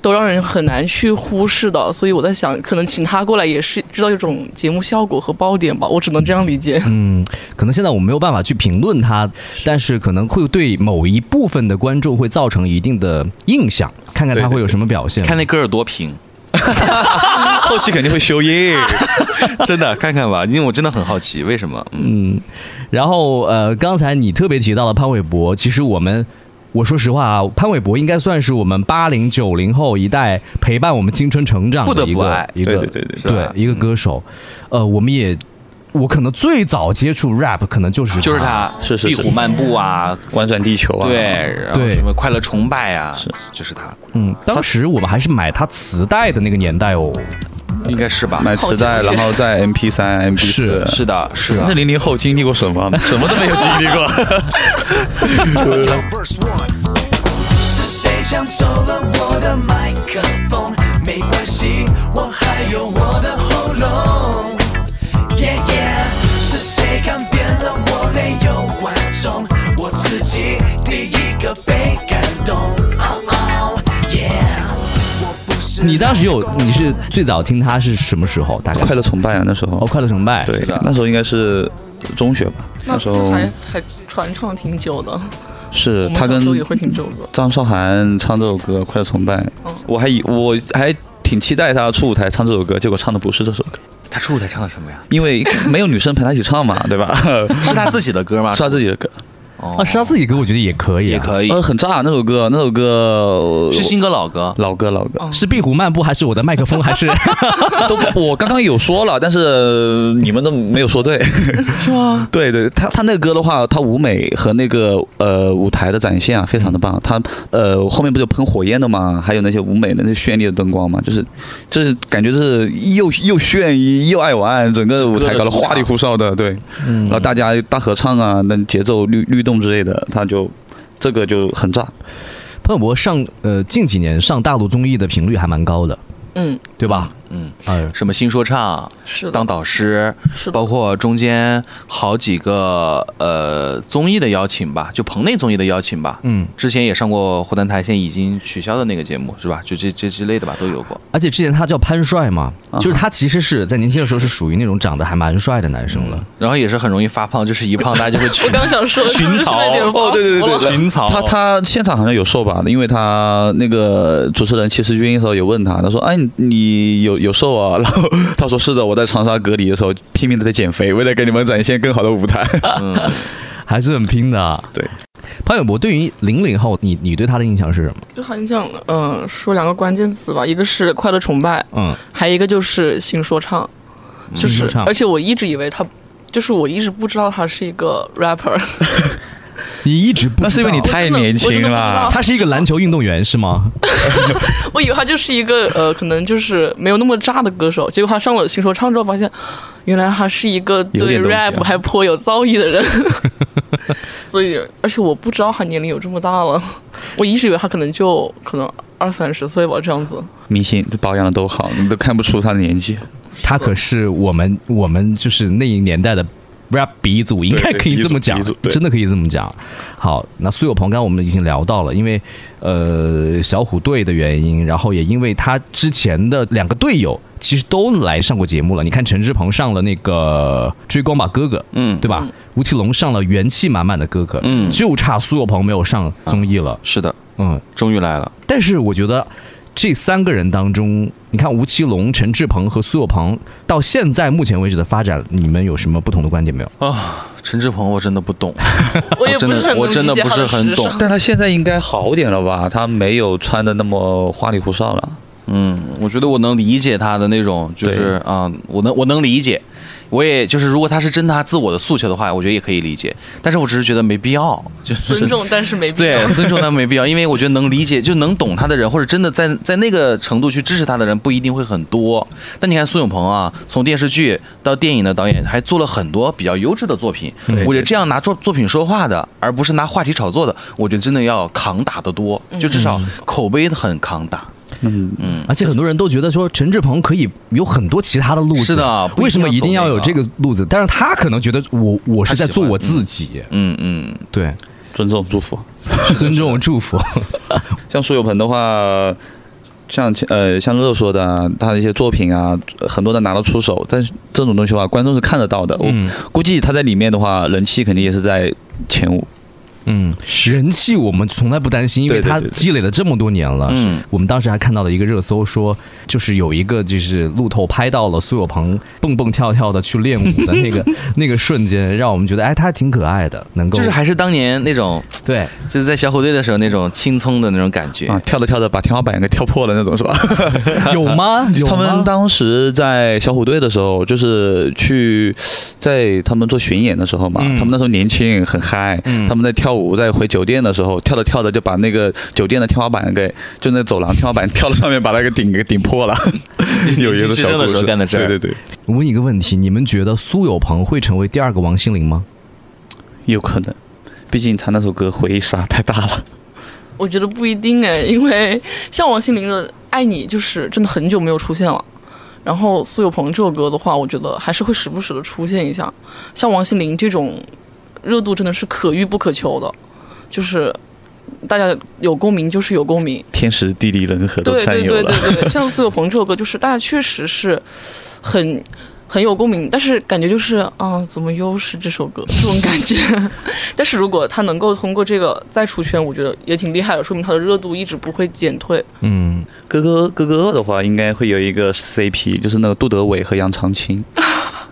都让人很难去忽视的。所以我在想，可能请他过来也是知道这种节目效果和爆点吧，我只能这样理解。嗯，可能现在我没有办法去评论他，但是可能会对某一部分的观众会造成一定的印象，看看他会有什么表现。看那歌有 多平， 后期肯定会修 音。真的看看吧，因为我真的很好奇为什么，嗯，然后呃，刚才你特别提到了潘玮柏，其实我们。我说实话啊，潘玮柏应该算是我们八零九零后一代陪伴我们青春成长的不得一不个爱一个对对对对是啊吧一个歌手。呃，我们也我可能最早接触 rap 可能 就是就是他，是是壁是虎漫步啊，玩转地球啊，对，，然后对什么快乐崇拜啊，是就是他，嗯，当时我们还是买他磁带的那个年代哦。应该是吧？买磁 带，然后再 MP 三、MP 是四，是的，是那的，零零后经历过什 么？什么都没有经历过。是谁抢走了我的麦克风？没关系，我还有我的喉咙。耶耶，是谁看扁了我没有观众？我自己第一个被感动。哦哦，耶，我不是你当时有你是最早听他是什么时候？大概快乐崇拜啊，那时候哦，。快乐崇拜。对是的，那时候应该是啊中学吧。那时候还还传唱挺久的，是我们他小跟时候也会哦听这首歌。张韶涵唱这首歌《快乐崇拜》，我还以我还挺期待她出舞台唱这首歌，结果唱的不是这首歌，他初舞台唱的什么呀？因为没有女生陪她一起唱嘛，对 吧？是他自己的歌吗？是她自己的歌，啊，是他自己歌，我觉得也可以、啊也可以，呃，很炸那首歌，那首歌是新歌老歌，老歌老歌，以。是壁虎漫步还是我的麦克风还是？ 都不我刚刚有说了，但是你们都没有说对， 是吗？ 对对，他他那个歌的话，他舞美和那个呃舞台的展现啊，非常的棒。他呃后面不是有喷火焰的嘛，还有那些舞美的那些绚丽的灯光嘛，就是就是感觉就是又又炫又爱玩，整个舞台搞得花里胡哨的，对。然后大家大合唱啊，那节奏律律动之类的，他就这个就很炸。潘玮柏上呃近几年上大陆综艺的频率还蛮高的，嗯，对吧？嗯，哎，什么新说唱，是的当，导师，是的包括中间好几个呃综艺的邀请吧，就棚内综艺的邀请吧。嗯，之前也上过湖南台，现在已经取消的那个节目是吧？就这这之类的吧，都有过。而且之前他叫潘帅嘛，就是他其实是在年轻的时候是属于那种长得还蛮帅的男生了。然后也是很容易发胖，就是一胖大家就会群我刚想说群就是嘲那点哦，对对对对，群嘲他他现场好像有瘦吧，因为他那个主持人其实晕的时候有问他，他说：“哎，你你有有瘦啊？ 然后他说是的，我在长沙隔离的时候拼命的在减肥，为了给你们展现更好的舞台。还是很拼的啊。对，潘玮柏对于零零后，你你对他的印象是什么？就很想嗯、呃说两个关键词吧，一个是快乐崇拜，嗯，还有一个就是新说唱，就新是说唱而且我一直以为他。就是我一直不知道他是一个 rapper， 你一直不那是因为你太年轻了。他是一个篮球运动员是吗？我以为他就是一个呃，可能就是没有那么炸的歌手。结果他上了新说唱之后，发现原来他是一个有对点东西啊 rap 还颇有造诣的人。 所以，而且我不知道他年龄有这么大了，我一直以为他可能就可能二三十岁吧，这样子。哦明星保养的都好，你都看不出他的年纪。他嗯可是我们我们就是那一年代的 rap 鼻祖，应该可以这么讲鼻祖鼻祖，对真的可以这么讲。好，那苏有朋刚刚我们已经聊到了，因为呃小虎队的原因，然后也因为他之前的两个队友。其实都来上过节目了，你看陈志朋上了那个《追光吧哥哥》，嗯对吧？吴奇隆上了元气满满的哥哥，嗯就差苏有朋没有上综艺了，是的，嗯，终于来了。但是我觉得这三个人当中，你看吴奇隆、陈志朋和苏有朋到现在目前为止的发展，你们有什么不同的观点没有？陈志朋，我真的不懂，我也真不的是很我能真的理解不他是的很时懂尚。但他现在应该好点了吧？他没有穿的那么花里胡哨了。我觉得我能理解他的那种，就是啊、我能我能理解，我也就是如果他是真他自我的诉求的话，我觉得也可以理解，但是我只是觉得没必要，就是尊重，但是没必要 对，尊重他没必要，因为我觉得能理解就能懂他的人，或者真的在在那个程度去支持他的人不一定会很多。但你看苏永朋啊，从电视剧到电影的导演，还做了很多比较优质的作品。我觉得这样拿作作品说话的，而不是拿话题炒作的，我觉得真的要扛打得多，就至少口碑很扛打。嗯而且很多人都觉得说陈志朋可以有很多其他的路子，是的不一定要为什么一定要有这个路子？但是他可能觉得我我是在做我他喜欢自己，嗯嗯，对， 尊重祝福。尊重祝福，像苏有朋的话，像呃像乐说的啊，他的一些作品啊，很多人拿得出手，但是这种东西的话，观众是看得到的。我嗯估计他在里面的话，人气肯定也是在前五。嗯，人气我们从来不担心，因为对对他对对积累了这么多年了。嗯我们当时还看到了一个热搜说，就是有一个就是路透拍到了苏有朋蹦蹦跳跳的去练舞的那个那个瞬间，让我们觉得哎，他挺可爱的，能够就是还是当年那种，对，就是在小虎队的时候那种青葱的那种感觉。啊，跳着跳着把天花板给跳破了那种 是吧？有吗？有他吗们当时在小虎队的时候，就是去在他们做巡演的时候嘛，嗯他们那时候年轻很嗨、他们在跳舞，在回酒店的时候，跳着跳着就把那个酒店的天花板给，就那走廊天花板跳到上面，把那个顶给顶破了。 有一个小你是真的故时事候干的事儿对对对，我问一个问题，你们觉得苏有朋会成为第二个王心凌吗？有可能，毕竟他那首歌回忆杀太大了。我觉得不一定哎，因为像王心凌的《爱你》就是真的很久没有出现了。然后苏有朋这首歌的话，我觉得还是会时不时的出现一下。像王心凌这种热度真的是可遇不可求的，就是大家有共鸣就是有共鸣。天时地利人和都对占对有对了，对对，像苏有朋这首歌，就是大家确实是很很有共鸣，但是感觉就是啊，怎么又是这首歌这种感觉。 但是如果他能够通过这个再出圈，我觉得也挺厉害的，说明他的热度一直不会减 退。嗯，哥哥哥哥二的话，应该会有一个 CP，就是那个杜德伟和杨长 青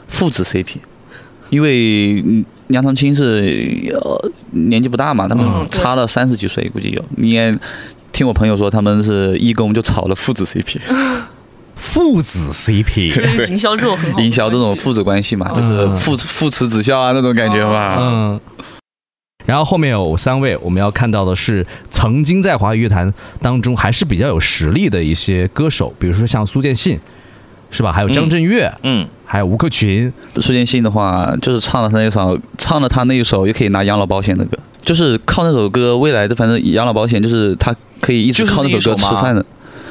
父子 CP，因为嗯杨长青是呃年纪不大嘛，他们嗯对差了三十几岁，估计有。你也听我朋友说，他们是义工就炒了父子 CP，哦父子 CP，就是营销这种很好 的营销这种父子关系嘛，就是嗯父父慈子孝啊那种感觉哦嘛。嗯。然后后面有三位，我们要看到的是曾经在华语乐坛当中还是比较有实力的一些歌手，比如说像苏建信，是吧？还有张震岳，嗯，还有吴克群，苏建信的话，就是唱了他那首，唱了他那一首，也可以拿养老保险的歌，就是靠那首歌，未来的反正养老保险就是他可以一直就是靠那那一首歌首吃吗饭的。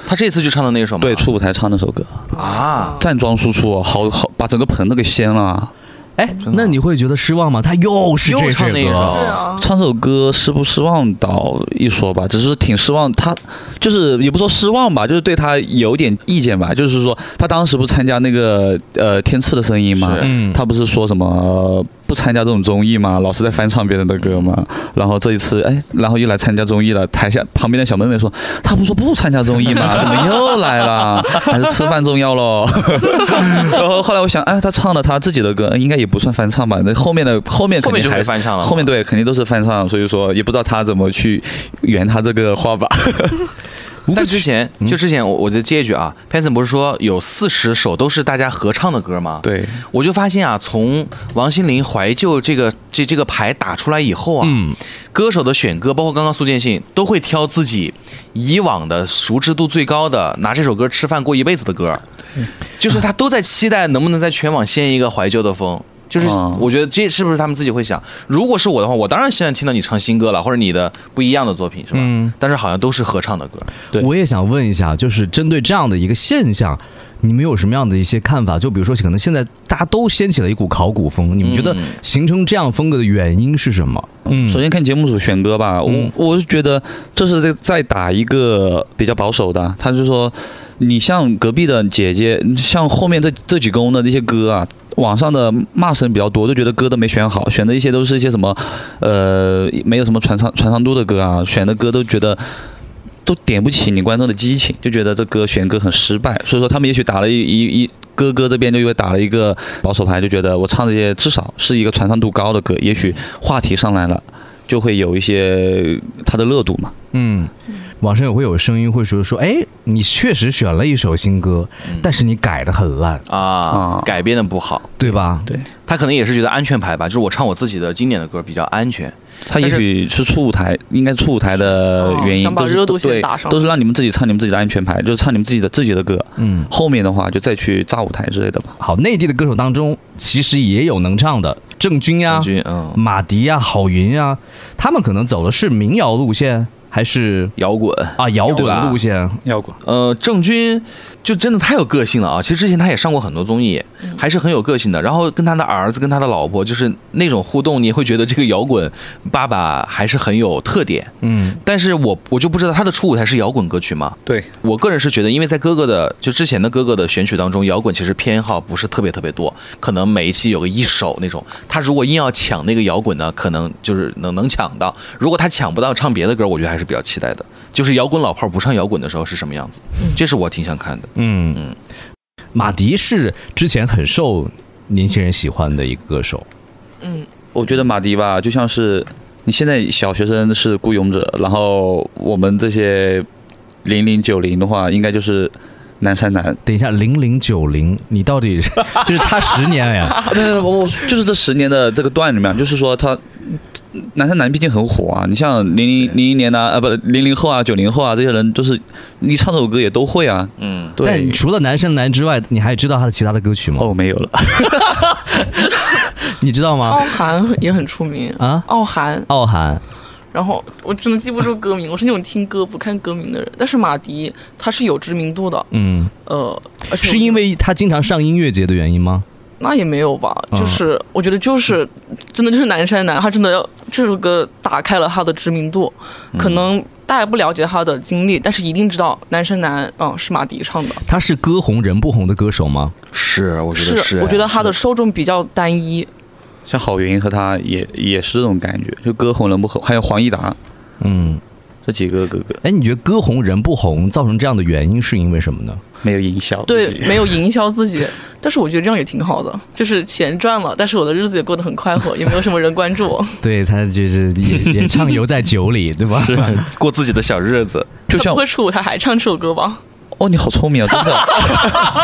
他这次就唱的那首嘛。对，出舞台唱那首歌，啊，站桩输出哦，好好把整个棚都给掀了啊。哎，那你会觉得失望吗？他又是这又唱那这一个歌，首，唱这首歌失不失望倒一说吧，只是挺失望，他就是也不说失望吧，就是对他有点意见吧，就是说他当时不是参加那个呃天赐的声音吗是？嗯，他不是说什么不参加这种综艺嘛，老是在翻唱别人的歌嘛。然后这一次，哎，然后又来参加综艺了。台下旁边的小妹妹说：“她不说不参加综艺嘛，怎么又来了？还是吃饭重要喽。” 然后后来我想，哎，她唱了她自己的歌，哎应该也不算翻唱吧？那后面的后面肯后面定就还会翻唱了后面对肯定都是翻唱，所以说也不知道她怎么去圆她这个 话吧。但之前嗯就之前我我就接一句啊，Penson 不是说有四十首都是大家合唱的歌吗？，对，我就发现啊，从王心凌怀旧这个这这个牌打出来以后啊，嗯，歌手的选歌，包括刚刚苏建信，都会挑自己以往的熟知度最高的，拿这首歌吃饭过一辈子的歌，就是他都在期待能不能在全网掀一个怀旧的风。就是哦我觉得这是不是他们自己会想，如果是我的话，我当然希望听到你唱新歌了，或者你的不一样的作品，是吧？嗯但是好像都是合唱的歌。对我也想问一下，就是针对这样的一个现象，你们有什么样的一些看法？就比如说，可能现在大家都掀起了一股考古风，你们觉得嗯形成这样风格的原因是什么？嗯首先看节目组选歌吧，我、嗯我是觉得这是在在打一个比较保守的，他就说你像隔壁的姐姐，像后面这这几公的那些歌啊。网上的骂声比较多，就觉得歌都没选好，选的一些都是一些什么，呃，没有什么传唱传唱度的歌啊，选的歌都觉得都点不起你观众的激情，就觉得这歌选歌很失败，所以说他们也许打了一一一哥哥这边就又打了一个保守牌，就觉得我唱这些至少是一个传唱度高的歌，也许话题上来了。就会有一些它的热度嘛，嗯，网上也会有声音会说说，哎，你确实选了一首新歌，但是你改的很烂，啊，改编的不好，对吧？对他可能也是觉得安全牌吧，就是我唱我自己的经典的歌比较安全。它也许是出舞台，应该出舞台的哦原因，想把都是热度先对打上都是让你们自己唱你们自己的安全牌，就是唱你们自己的自己的歌，嗯，后面的话就再去炸舞台之类的吧。好，内地的歌手当中其实也有能唱的，郑钧呀、郑钧嗯马迪呀、郝云呀，他们可能走的是民谣路线，还是摇滚啊摇对吧滚路线？摇滚，呃，郑钧就真的太有个性了啊！其实之前他也上过很多综艺，还是很有个性的。然后跟他的儿子、跟他的老婆，就是那种互动，你也会觉得这个摇滚爸爸还是很有特点。嗯，但是我我就不知道他的初舞台是摇滚歌曲吗？对，我个人是觉得，因为在哥哥的就之前的哥哥的选曲当中，摇滚其实偏好不是特别特别多，可能每一期有个一首那种。他如果硬要抢那个摇滚呢，可能就是能能抢到。如果他抢不到唱别的歌，我觉得还是比较期待的。就是摇滚老炮儿不唱摇滚的时候是什么样子，这是我挺想看的。嗯，马迪是之前很受年轻人喜欢的一个歌手，我觉得马迪吧，就像是你现在小学生是孤勇者，然后我们这些零零九零的话，应该就是南山南。等一下，零零九零，你到底是就是差十年呀？啊，对对，我我就是这十年的这个段里面，就是说他。南山南毕竟很火啊，你像零零零一年啊，啊不零零后啊九零后啊这些人，就是你唱这首歌也都会啊。嗯，对但，除了《南山南》之外，你还知道他的其他的歌曲吗？哦没有了，你知道傲吗？寒也很出名啊傲寒。傲寒，然后我真的记不住歌名，我是那种听歌不看歌名的人。但是马迪他是有知名度的，嗯，呃，而且我是因为他经常上音乐节的原因吗？那也没有吧，嗯就是、我觉得就是真的就是南山南，他真的这首歌打开了他的知名度，嗯可能大家不了解他的经历，但是一定知道南山南嗯是马迪唱的，他是歌红人不红的歌手吗？是，我觉得 是，我觉得他的受众比较单一，像郝云和他也也是这种感觉，就歌红人不红，还有黄义达嗯，这几个哥哥哎，你觉得歌红人不红造成这样的原因是因为什么呢？没有营销，对自，己没有营销自己，但是我觉得这样也挺好的，就是钱赚了，但是我的日子也过得很快 活，也没有什么人关注我。对他就是也也畅游在酒里，对 吧？是，啊过自己的小日子，就他像不会出舞台还唱这首歌吧？哦你好聪明啊，真的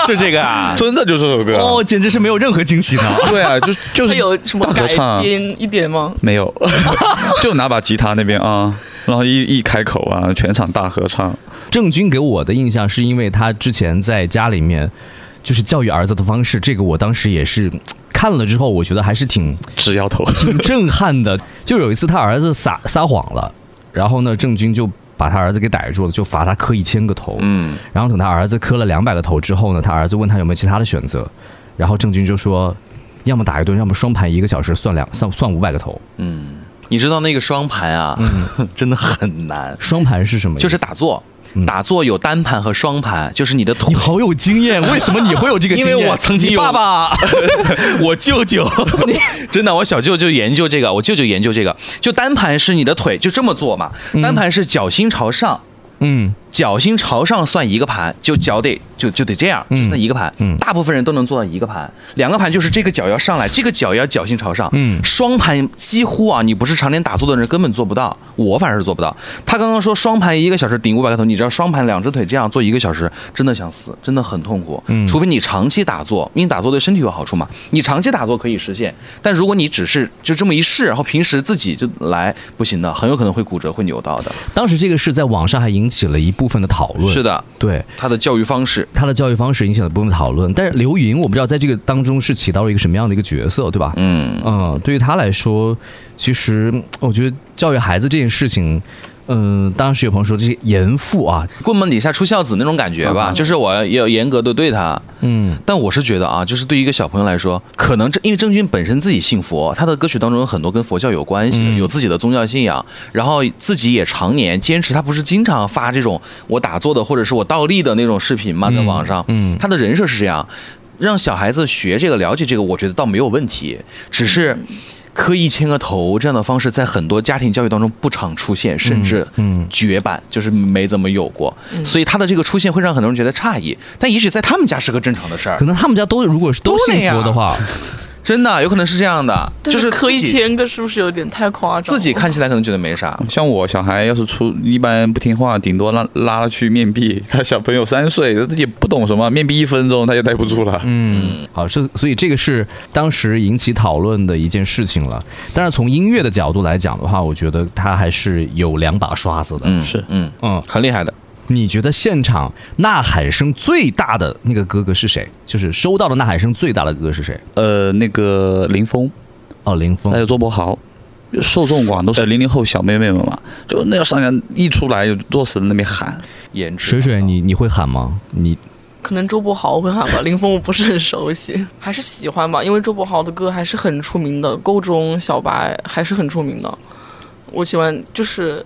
就这个啊。 真的就这首歌，哦，简直是没有任何惊喜的。 对啊， 就就他是有什么大合改唱啊编一点吗？没有， 就拿把吉他那边啊，然后一一开口啊，全场大合唱， 郑钧给我的印象是因为他之前在家里面就是教育儿子的方式，这个我当时也是。嘖看了之后，我觉得还是挺直摇头。 挺震撼的。就有一次他儿子撒撒谎了，然后呢，郑钧就把他儿子给逮住了，就罚他磕一千个头。嗯，然后等他儿子磕了两百个头之后呢，他儿子问他有没有其他的选择，然后郑钧就说，要么打一顿，要么双盘一个小时算两算算五百个头。 你知道那个双盘啊，真的很难。嗯双盘是什么意思？就是打坐。打坐有单盘和双盘，就是你的腿你。好有经验，为什么你会有这个经验？因为我曾经你有爸爸，我舅舅， 真的，我小舅舅研究这个，我舅舅研究这个，就单盘是你的腿就这么做嘛，单盘是脚心朝上，嗯，脚心朝上算一个盘，就脚得就就得这样，就算一个盘。嗯大部分人都能做到一个盘，两个盘就是这个脚要上来，这个脚要脚心朝上。嗯双盘几乎啊，你不是常年打坐的人根本做不到，我反正是做不到。他刚刚说双盘一个小时顶五百个头，你知道双盘两只腿这样做一个小时，真的想死，真的很痛苦。嗯，除非你长期打坐，因为打坐对身体有好处嘛，你长期打坐可以实现。但如果你只是就这么一试，然后平时自己就来，不行的，很有可能会骨折，会扭到的。当时这个事在网上还引起了一部分的讨论。是，的，对。他的教育方式。他的教育方式影响了部分讨论，但是刘莹我不知道在这个当中是起到了一个什么样的一个角色，对吧？嗯，嗯，对于他来说，其实嗯我觉得教育孩子这件事情，嗯、当时有朋友说这些严父啊，棍棒底下出孝子那种感觉吧，就是我要严格的对他。嗯，但我是觉得啊，就是对于一个小朋友来说，可能这因为郑钧本身自己信佛，他的歌曲当中有很多跟佛教有关系的，有自己的宗教信仰，然后自己也常年坚持，他不是经常发这种我打坐的或者是我倒立的那种视频嘛，在网上，嗯他的人设是这样，让小孩子学这个、了解这个，我觉得倒没有问题，只是。嗯磕一千个头这样的方式，在很多家庭教育当中不常出现，甚至嗯绝版，就是没怎么有过。所以他的这个出现会让很多人觉得诧异，但也许在他们家是个正常的事儿可，能他们家都如果是都都那幸福样的话，真的有可能是这样的，但就是磕一自己千个是不是有点太夸张？自己，看起来可能觉得没啥，像我小孩要是出一般不听话，顶多拉拉他去面壁。他小朋友三岁， 他也不懂什么，面壁一分钟他就待不住了。嗯，好，这所以这个是当时引起讨论的一件事情了。但是从音乐的角度来讲的话，我觉得他还是有两把刷子的。嗯，是嗯嗯，很厉害的。你觉得现场呐喊声最大的那个哥哥是谁？就是收到的呐喊声最大的哥哥是谁？呃，那个林峰，哦，林嗯还有峰。周柏豪，受众广都是零零后小妹妹们嘛，就那上来一出来就坐死在那边喊。颜值水水，你你会喊吗？你可能周柏豪会喊吧， 林峰我不是很熟悉，还是喜欢吧，因为周柏豪的歌还是很出名的，《够钟》《小白》还是很出名的。我喜欢就是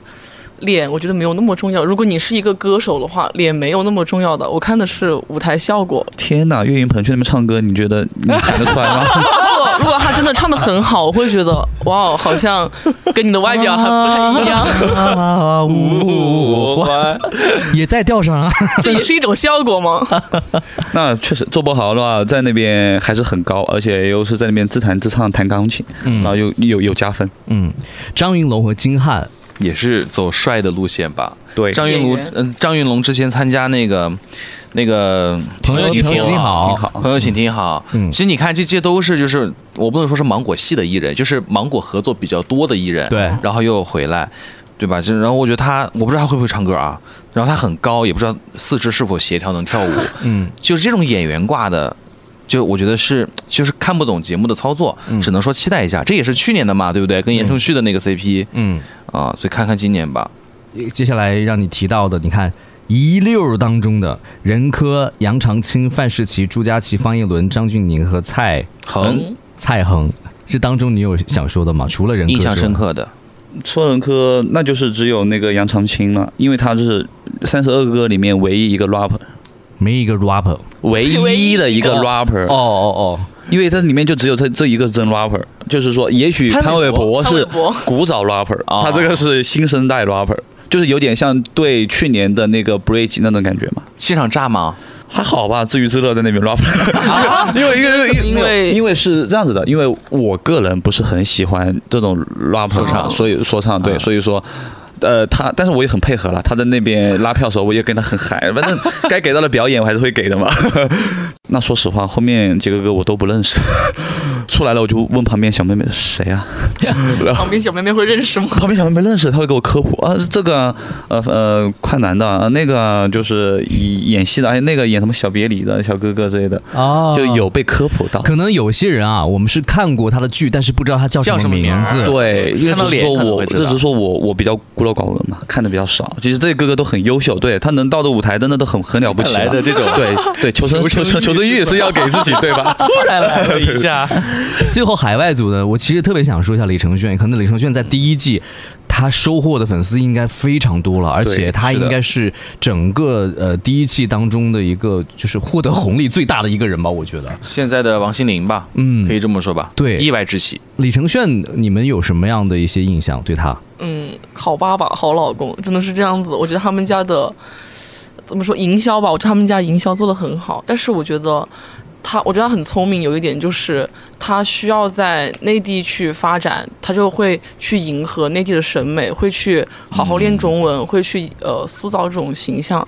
脸，我觉得没有那么重要。如果你是一个歌手的话，脸没有那么重要的，我看的是舞台效果。天呐，岳云鹏去那边唱歌，你觉得你喊得出来吗？ 如果如果他真的唱的很好，我会觉得哇，好像跟你的外表还不太一样，啊，呜， 也在调上啊。这也是一种效果吗？那确实，周柏豪的话在那边还是很高，而且又是在那边自弹自唱弹钢琴，然后又有有加分。嗯，张云龙和金瀚，也是走帅的路线吧？对，张云龙演员，嗯，张云龙之前参加那个那个朋友请请听好挺好。朋友请听好。嗯其实你看，这这都是就是我不能说是芒果系的艺人，就是芒果合作比较多的艺人。对然后又回来，对吧？就然后我觉得他，我不知道他会不会唱歌啊。然后他很高，也不知道四肢是否协调能跳舞。 嗯，就是这种演员挂的，就我觉得是就是看不懂节目的操作，嗯只能说期待一下。这也是去年的嘛，对不对？跟言承旭的那个 CP 嗯，啊，所以看看今年吧。接下来让你提到的，你看一溜儿当中的任科、杨长青、范世琦、朱佳琪、方一伦、张峻宁和蔡恒蔡恒，这当中你有想说的吗？除了任科，印象深，刻的，车轮科那就是只有那个杨长青了，因为他就是三十二个歌里面唯一一个 rapper，没一个 rapper。唯一的一个 rapper，、哦因为它里面就只有这这一个真 rapper，就是说，也许潘玮柏潘玮是柏古早 rapper，哦他这个是新生代 rapper，就是有点像对去年的那个 Bridge 那种感觉嘛。现场炸吗？还好吧，自娱自乐在那边 rap，因为啊 因为因为因为因为是这样子的，因为我个人不是很喜欢这种 rap 说唱所以说唱对，所以说。呃，他，但是我也很配合了。他在那边拉票的时候，我也跟他很嗨。 反正该给到的表演，我还是会给的嘛。 那说实话，后面几个歌我都不认识，出来了我就问旁边小妹妹谁啊？然后旁边小妹妹会认识吗？旁边小妹妹认识，她会给我科普啊，这个呃呃快男的，啊，那个就是演戏的，哎，那个演什么小别离的小哥哥之类的，哦哦，就。有被科普到。可能有些人啊，我们是看过他的剧，但是不知道他叫叫什什么名名儿字。对，因为看只到是脸说可能我，会知这道只是说我我比较孤陋寡闻嘛，看的比较少。其实这些哥哥都很优秀，对他能到的舞台真的都很很了不起看来了。的这种 对对，求生求求生求求欲 生欲是要给自己对吧？突然来了一下， 最后海外组呢，我其实特别想说一下李承铉，可能李承铉在第一季。他收获的粉丝应该非常多了，而且他应该是整个呃第一季当中的一个就是获得红利最大的一个人吧，我觉得。现在的王心凌吧，嗯可以这么说吧，对意外之喜，李承铉，你们有什么样的一些印象对他？嗯，好爸爸，好老公，真的是这样子。我觉得他们家的怎么说营销吧，我觉得他们家营销做得很好，但是我觉得。他，我觉得他很聪明，有一点就是他需要在内地去发展，他就会去迎合内地的审美，会去好好练中文，会去呃塑造这种形象。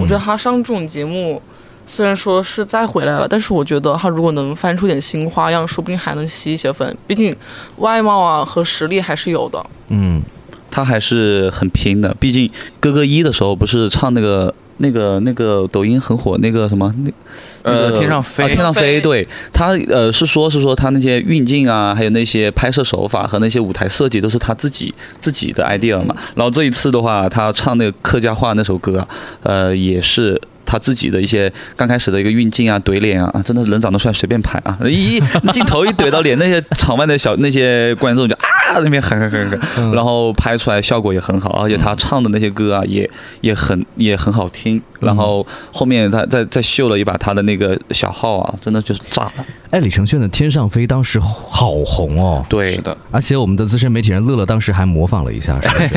我觉得他上这种节目，虽然说是再回来了，但是我觉得他如果能翻出点新花样，说不定还能吸一些粉。毕竟外貌啊和实力还是有的。嗯，他还是很拼的。毕竟哥哥一的时候不是唱那个那个那个抖音很火那个什么那那，呃个天上飞啊、，天上飞，飞对他呃是说是说他那些运镜啊，还有那些拍摄手法和那些舞台设计都是他自己自己的 idea 嘛。然后这一次的话，他唱那个客家话那首歌、啊，呃，也是。他自己的一些刚开始的一个运镜啊、怼脸啊，啊真的人长得帅随便拍啊，一一镜头一怼到脸，那些场外的小那些观众就啊那边喊喊喊嗯喊，然后拍出来效果也很好，而且他唱的那些歌啊也也很也很好嗯听。然后后面他再再秀了一把他的那个小号啊，真的就是炸了。哎，李承铉的《天上飞》当时好红哦，对，是的，而且我们的资深媒体人乐乐当时还模仿了一下，是 不是是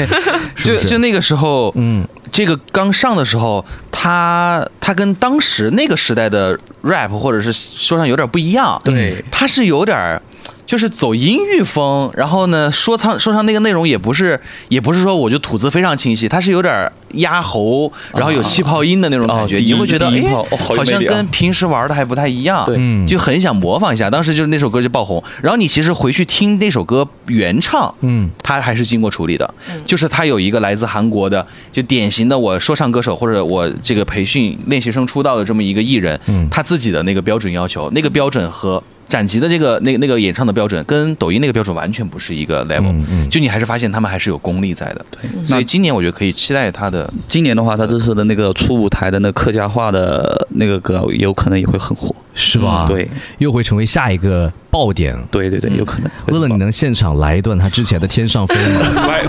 就不是就那个时候，嗯，这个刚上的时候，他他跟当时那个时代的 rap 或者是说唱有点不一样，对他是有点儿就是走音域风，然后呢，说唱说唱那个内容也不是也不是说我就吐字非常清晰，他是有点儿压喉，然后有气泡音的那种感觉，哦第一你会觉得第一哎泡哦，好有好像魅力啊跟平时玩的还不太一样，对嗯就很想模仿一下。当时就是那首歌就爆红，然后你其实回去听那首歌原唱，嗯，它还是经过处理的，就是它有一个来自韩国的，就典型的我说唱歌手或者我这个培训练习生出道的这么一个艺人，嗯他自己的那个标准要求，那个标准和展吉的这个那那个演唱的标准跟抖音那个标准完全不是一个 level，、嗯嗯就你还是发现他们还是有功力在的，对，所以今年我觉得可以期待他的，今年的话，他这次的那个出舞台的那客家话的那个歌啊，有可能也会很火。是吧？嗯对，又会成为下一个爆点。对对对，有可能。乐乐，你能现场来一段他之前的《天上飞》吗？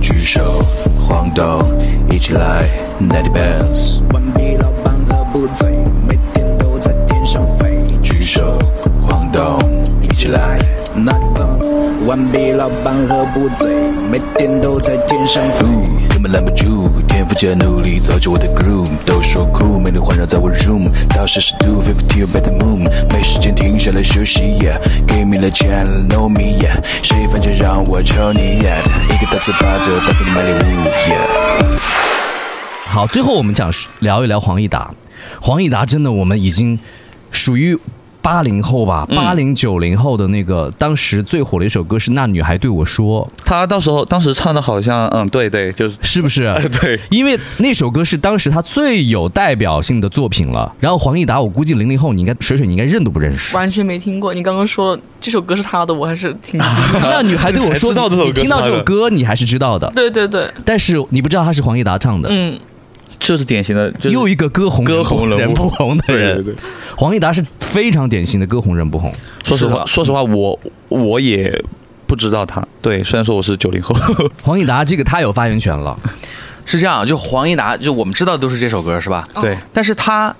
举手晃动，一起来 Ninety Bands。顽皮老板和不醉，每天都在天上飞。举手晃动，一起来 Ninety Bands。顽皮老板和不醉，每天都在天上飞。你们拦不住，天赋加努力，造就我的 groove。都说酷，美女环绕在我 room，到摄氏度 fifty by the moon，没时间停下来休息。Yeah, give me the chance, know me. Yeah，谁反正让我抽你。Yeah，一个大嘴巴子打给你买礼物。Yeah，好，最后我们想聊一聊黄义达。黄义达真的，我们已经属于八零后吧，嗯八零九零后的那个，当时最火的一首歌是《那女孩对我说他到时候当时唱的好像，嗯，对对， 就是》，是不是？ 对。因为那首歌是当时他最有代表性的作品了。然后黄义达，我估计零零后你应该水水你应该认都不认识。完全没听过。你刚刚说这首歌是他的，我还是挺记 得那女孩对我 说，你才知道这首歌你听到是这他的首歌你还是知道的，对对对，但是你不知道他是黄义达唱的。嗯，就是典型的，就是又一个歌红歌红人人不不红的对人对，对。黄义达是非常典型的歌红人不红。说实是话，的说实话，我我也不知道他。对，虽然说我是九零后，黄义达这个他有发言权了，是这样，就黄义达，就我们知道的都是这首歌是吧？哦对，但是他，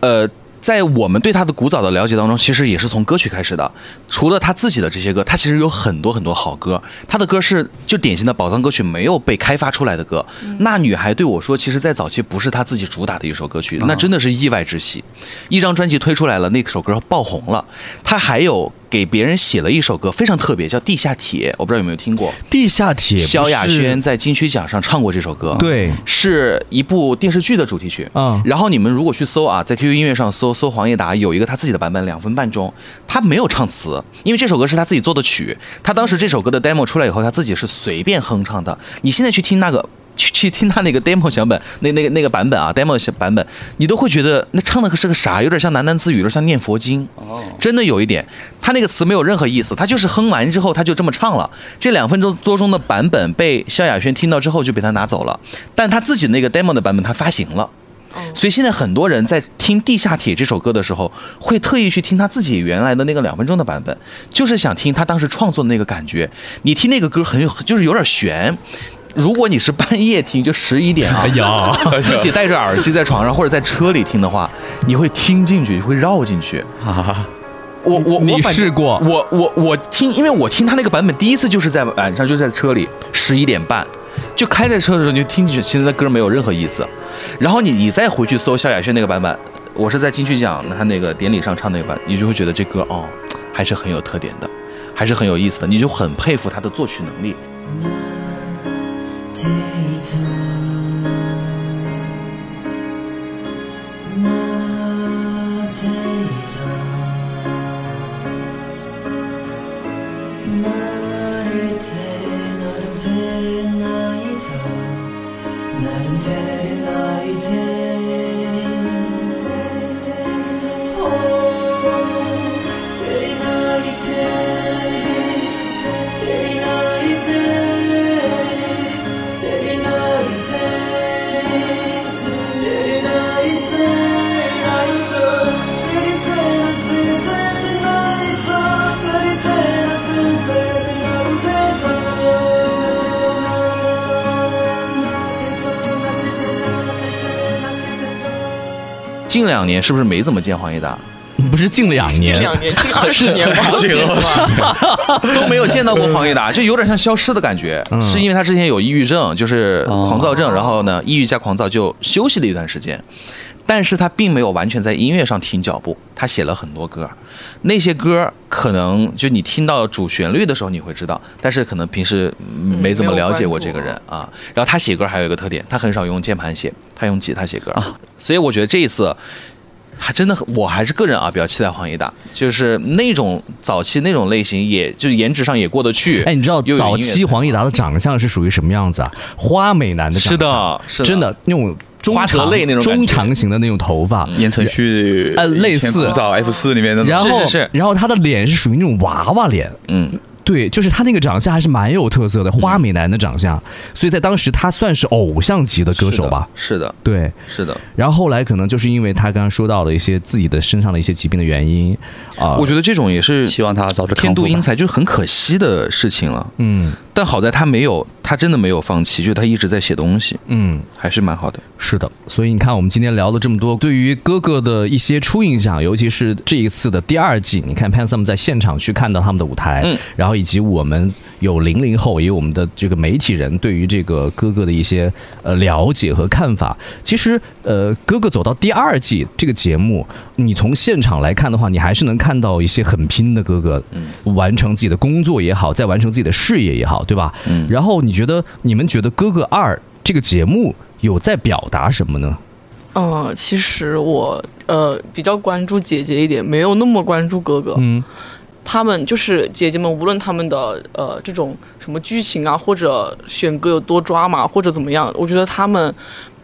呃，在我们对他的古早的了解当中，其实也是从歌曲开始的。除了他自己的这些歌，他其实有很多很多好歌。他的歌是就典型的宝藏歌曲，没有被开发出来的歌。那女孩对我说，其实在早期不是他自己主打的一首歌曲，那真的是意外之喜。一张专辑推出来了，那首歌爆红了。他还有给别人写了一首歌，非常特别，叫《地下铁》，我不知道有没有听过。 《地下铁》萧亚轩在金曲奖上唱过这首歌，对是一部电视剧的主题曲。嗯然后你们如果去搜啊，在 QQ 音乐上搜搜黄义达，有一个他自己的版本，两分半钟，他没有唱词，因为这首歌是他自己做的曲。他当时这首歌的 demo 出来以后，他自己是随便哼唱的。你现在去听那个。去去听他那个 demo 小本，那那个那个版本啊，demo 小版本，你都会觉得那唱的是个啥，有点像喃喃自语，有点像念佛经。真的有一点，他那个词没有任何意思，他就是哼完之后他就这么唱了。这两分钟多钟的版本被萧亚轩听到之后就被他拿走了，但他自己那个 demo 的版本他发行了。所以现在很多人在听《地下铁》这首歌的时候，会特意去听他自己原来的那个两分钟的版本，就是想听他当时创作的那个感觉。你听那个歌很有， 就是有点悬。如果你是半夜听，就十一点哎啊， 有自己戴着耳机在床上或者在车里听的话，你会听进去，会绕 进去。啊，我我你我反正试过我我我听，因为我听他那个版本第一次就是在晚上，就在车里十一点半，就开在车的时候你就听进去，其实那歌没有任何意思。然后你你再回去搜萧亚轩那个版本，我是在金曲奖他那个典礼上唱那个版，你就会觉得这歌哦还是很有特点的，还是很有意思的，你就很佩服他的作曲能力。对的，那对的，那对的，那对的，那一头，那对的，那一天，哦，对的那一天，对的那一天。Dirty nights, dirty nights, nights, dirty nights, dirty nights, dirty nights, dirty nights, dirty nights. 近两年是不是没怎么见黄义达，不是近两年，年，近二十年吧，这个都没有见到过黄义达，就有点像消失的感觉，是因为他之前有抑郁症，就是狂躁症，然后呢，抑郁加狂躁就休息了一段时间，但是他并没有完全在音乐上停脚步，他写了很多歌，那些歌可能就你听到主旋律的时候你会知道，但是可能平时嗯没怎么了解过这个人啊。然后他写歌还有一个特点，他很少用键盘写，他用吉他写歌，所以我觉得这一次。还真的很，我还是个人啊，比较期待黄义达，就是那种早期那种类型也，就是颜值上也过得去。哎，你知道又有早音乐期黄义达的长相是属于什么样子啊？花美男的长相，是的是的真的那种中花泽长类那种感觉中嗯长型的那种头发，言承旭呃类以前似古早 F 四里面的那然种，后是是然后他的脸是属于那种娃娃脸，嗯，对，就是他那个长相还是蛮有特色的，花美男的长相，所以在当时他算是偶像级的歌手吧，是的，对。是的，然后后来可能就是因为他刚刚说到了一些自己的身上的一些疾病的原因啊，我觉得这种也是希望他早日康天复妒吧英才，就是很可惜的事情了。嗯但好在他没有，他真的没有放弃，就是他一直在写东西，嗯，还是蛮好的。是的，所以你看，我们今天聊了这么多，对于哥哥的一些初印象，尤其是这一次的第二季，你看 Pan Sam 在现场去看到他们的舞台，嗯然后以及我们有零零后，也有我们的这个媒体人对于这个哥哥的一些呃了解和看法。其实，呃，哥哥走到第二季这个节目，你从现场来看的话，你还是能看到一些很拼的哥哥，完成自己的工作也好，再完成自己的事业也好，对吧？嗯然后你觉得，你们觉得《哥哥二》这个节目有在表达什么呢？嗯，其实我呃比较关注姐姐一点，没有那么关注哥哥。嗯，他们就是姐姐们，无论他们的呃这种什么剧情啊，或者选歌有多抓马，或者怎么样，我觉得他们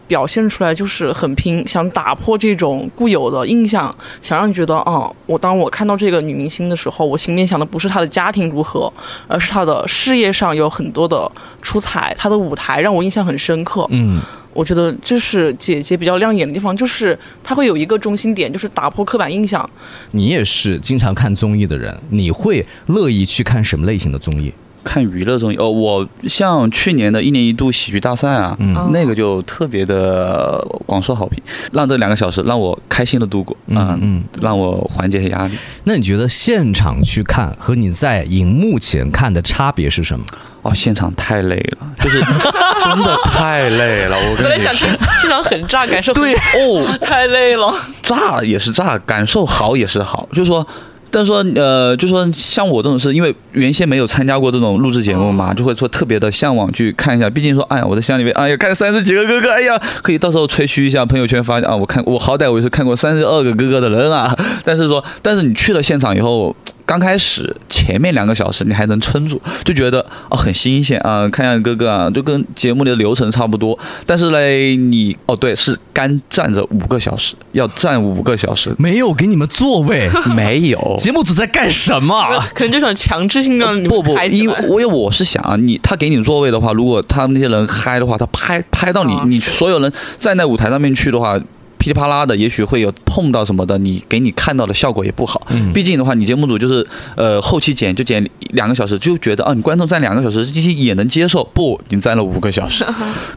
表现出来就是很拼，想打破这种固有的印象，想让你觉得哦，我当我看到这个女明星的时候，我心里面想的不是她的家庭如何，而是她的事业上有很多的出彩，她的舞台让我印象很深刻。嗯，我觉得这是姐姐比较亮眼的地方，就是她会有一个中心点，就是打破刻板印象。你也是经常看综艺的人，你会乐意去看什么类型的综艺？看娱乐综艺哦，我像去年的一年一度喜剧大赛啊，嗯那个就特别的广受好评，让这两个小时让我开心的度过，啊嗯嗯，让我缓解压力。那你觉得现场去看和你在荧幕前看的差别是什么？，哦，现场太累了，就是真的太累了，我跟本来你想说听，现场很炸，感受 对哦， 太累了。炸也是炸，感受好也是好，就是说。但是说，呃，就说像我这种事，因为原先没有参加过这种录制节目嘛，就会说特别的向往去看一下。毕竟说，哎呀，我在乡里面，哎呀，看三十几个哥哥，哎呀，可以到时候吹嘘一下朋友圈发啊，我看我好歹我也是看过三十二个哥哥的人啊。但是说，但是你去了现场以后，刚开始前面两个小时你还能撑住，就觉得哦很新鲜啊，看一下哥哥啊，就跟节目里的流程差不多。但是嘞，你哦对，是干站着五个小时，要站五个小时没有给你们座位，没有。节目组在干什 么？可能就想强制性让你啊不们不，抬起因为来我因为我是想啊，你他给你座位的话，如果他们那些人嗨的话，他拍拍到你啊，你所有人站在舞台上面去的话，噼里啪啦的，也许会有碰到什么的，你给你看到的效果也不好。毕竟的话，你节目组就是呃后期剪就剪两个小时，就觉得啊你观众站两个小时这些也能接受，不，你站了五个小 时。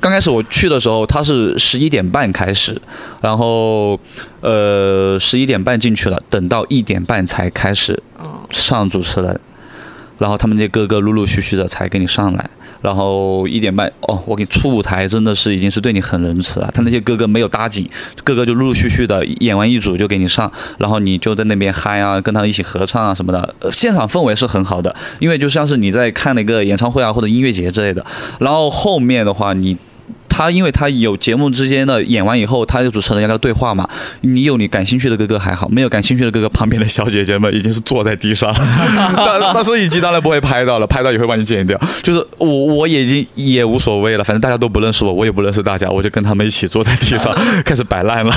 刚开始我去的时候，他是十一点半开始，然后呃十一点半进去了，等到一点半才开始哦上主持人。然后他们这哥哥陆陆续续的才给你上来，然后一点半哦，我给你出舞台真的是已经是对你很仁慈了。他那些哥哥没有搭景，哥哥就陆陆续续的演完一组就给你上，然后你就在那边嗨啊，跟他一起合唱啊什么的，呃现场氛围是很好的，因为就像是你在看那个演唱会啊或者音乐节之类的。然后后面的话你。他因为他有节目之间的演完以后，他就主持人要跟他对话嘛。你有你感兴趣的哥哥还好，没有感兴趣的哥哥，旁边的小姐姐们已经是坐在地上了。但但是已经当然不会拍到了，拍到也会帮你剪掉。就是我我也已经也无所谓了，反正大家都不认识我，我也不认识大家，我就跟他们一起坐在地上开始摆烂了。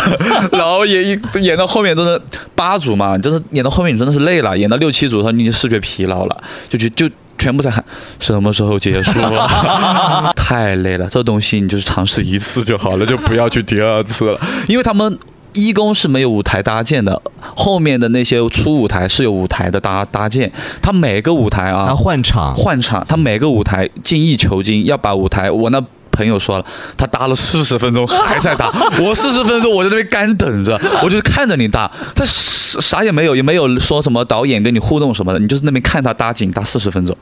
然后演一演到后面真的八组嘛，就是演到后面你真的是累了，演到六七组的时候你已经视觉疲劳了，就就就。全部在喊什么时候结束啊？太累了，这东西你就是尝试一次就好了，就不要去第二次了，因为他们。一公是没有舞台搭建的，后面的那些出舞台是有舞台的搭搭建。它每个舞台啊，他换场，换场，他每个舞台精益求精，要把舞台。我那朋友说了，他搭了四十分钟还在搭，我四十分钟我在那边干等着，我就看着你搭，他啥啥也没有，也没有说什么导演跟你互动什么的，你就是那边看他搭景搭四十分钟。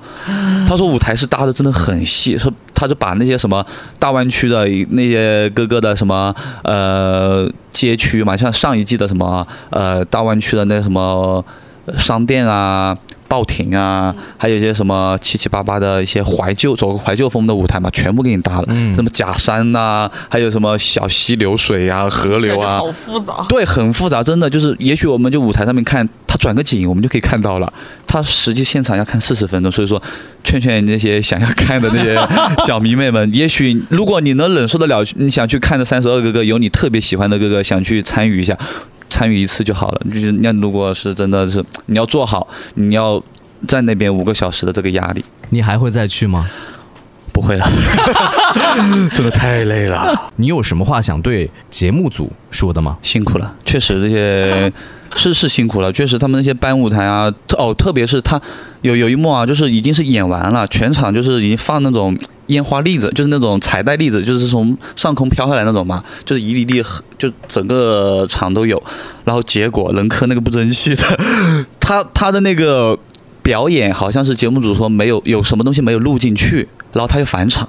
他说舞台是搭的真的很细，说他就把那些什么大湾区的那些哥哥的什么呃街区嘛，像上一季的什么呃大湾区的那什么商店啊。报亭啊，还有一些什么七七八八的一些怀旧，走个怀旧风的舞台嘛，全部给你搭了。什么假山呐、还有什么小溪流水啊、河流啊，好复杂。对，很复杂，真的就是，也许我们就舞台上面看，他转个景，我们就可以看到了。他实际现场要看四十分钟，所以说，劝劝那些想要看的那些 小迷妹们，也许如果你能忍受得了，你想去看的三十二个哥，有你特别喜欢的哥哥，想去参与一下，参与一次就好了。就是那如果是真的是你要做好，你要在那边五个小时的这个压力，你还会再去吗？不会了，真的太累了。你有什么话想对节目组说的吗？辛苦了，确实这些是是辛苦了，确实他们那些搬舞台啊，特哦，特别是他有有一幕啊，就是已经是演完了，全场就是已经放那种烟花粒子，就是那种彩带粒子，就是从上空飘下来那种嘛，就是一粒粒，就整个场都有。然后结果任科那个不争气的， 他他的那个表演好像是节目组说没有有什么东西没有录进去，然后他就返场，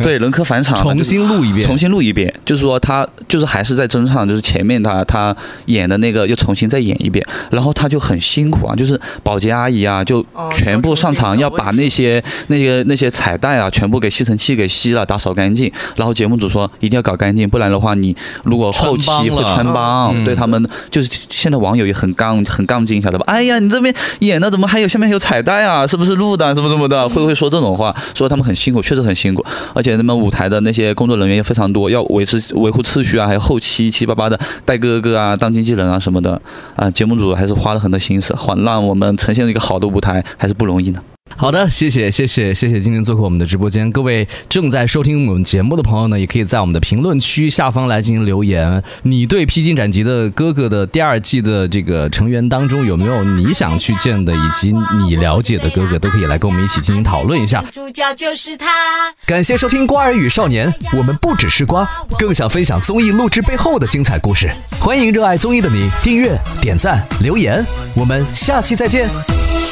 对，任科返场了重啊就是新录一遍，重新录一遍，就是说他就是还是在真唱，就是前面他他演的那个又重新再演一遍，然后他就很辛苦啊，就是保洁阿姨啊，就哦全部上场要要重新把那些那些那些彩带啊全部给吸尘器给吸了，打扫干净，然后节目组说一定要搞干净，不然的话你如果后期穿帮会了穿帮，嗯对他们就是现在网友也很杠很杠精，晓得吧？哎呀，你这边演的怎么还有下面有彩带啊？是不是录的啊？什么什么的，会不会说这种话？说他们很辛苦，确实很辛苦，而且他们舞台的那些工作人员也非常多，要维持维护秩序啊，还有后期七七八八的带哥哥啊、当经纪人啊什么的啊，节目组还是花了很多心思，还让我们呈现一个好的舞台还是不容易呢。好的，谢谢谢谢谢谢今天做客我们的直播间，各位正在收听我们节目的朋友呢，也可以在我们的评论区下方来进行留言。你对《披荆斩棘的哥哥》的第二季的这个成员当中，有没有你想去见的，以及你了解的哥哥，都可以来跟我们一起进行讨论一下。主角就是他。感谢收听《瓜儿与少年》，我们不只是瓜，更想分享综艺录制背后的精彩故事。欢迎热爱综艺的你订阅、点赞、留言，我们下期再见。世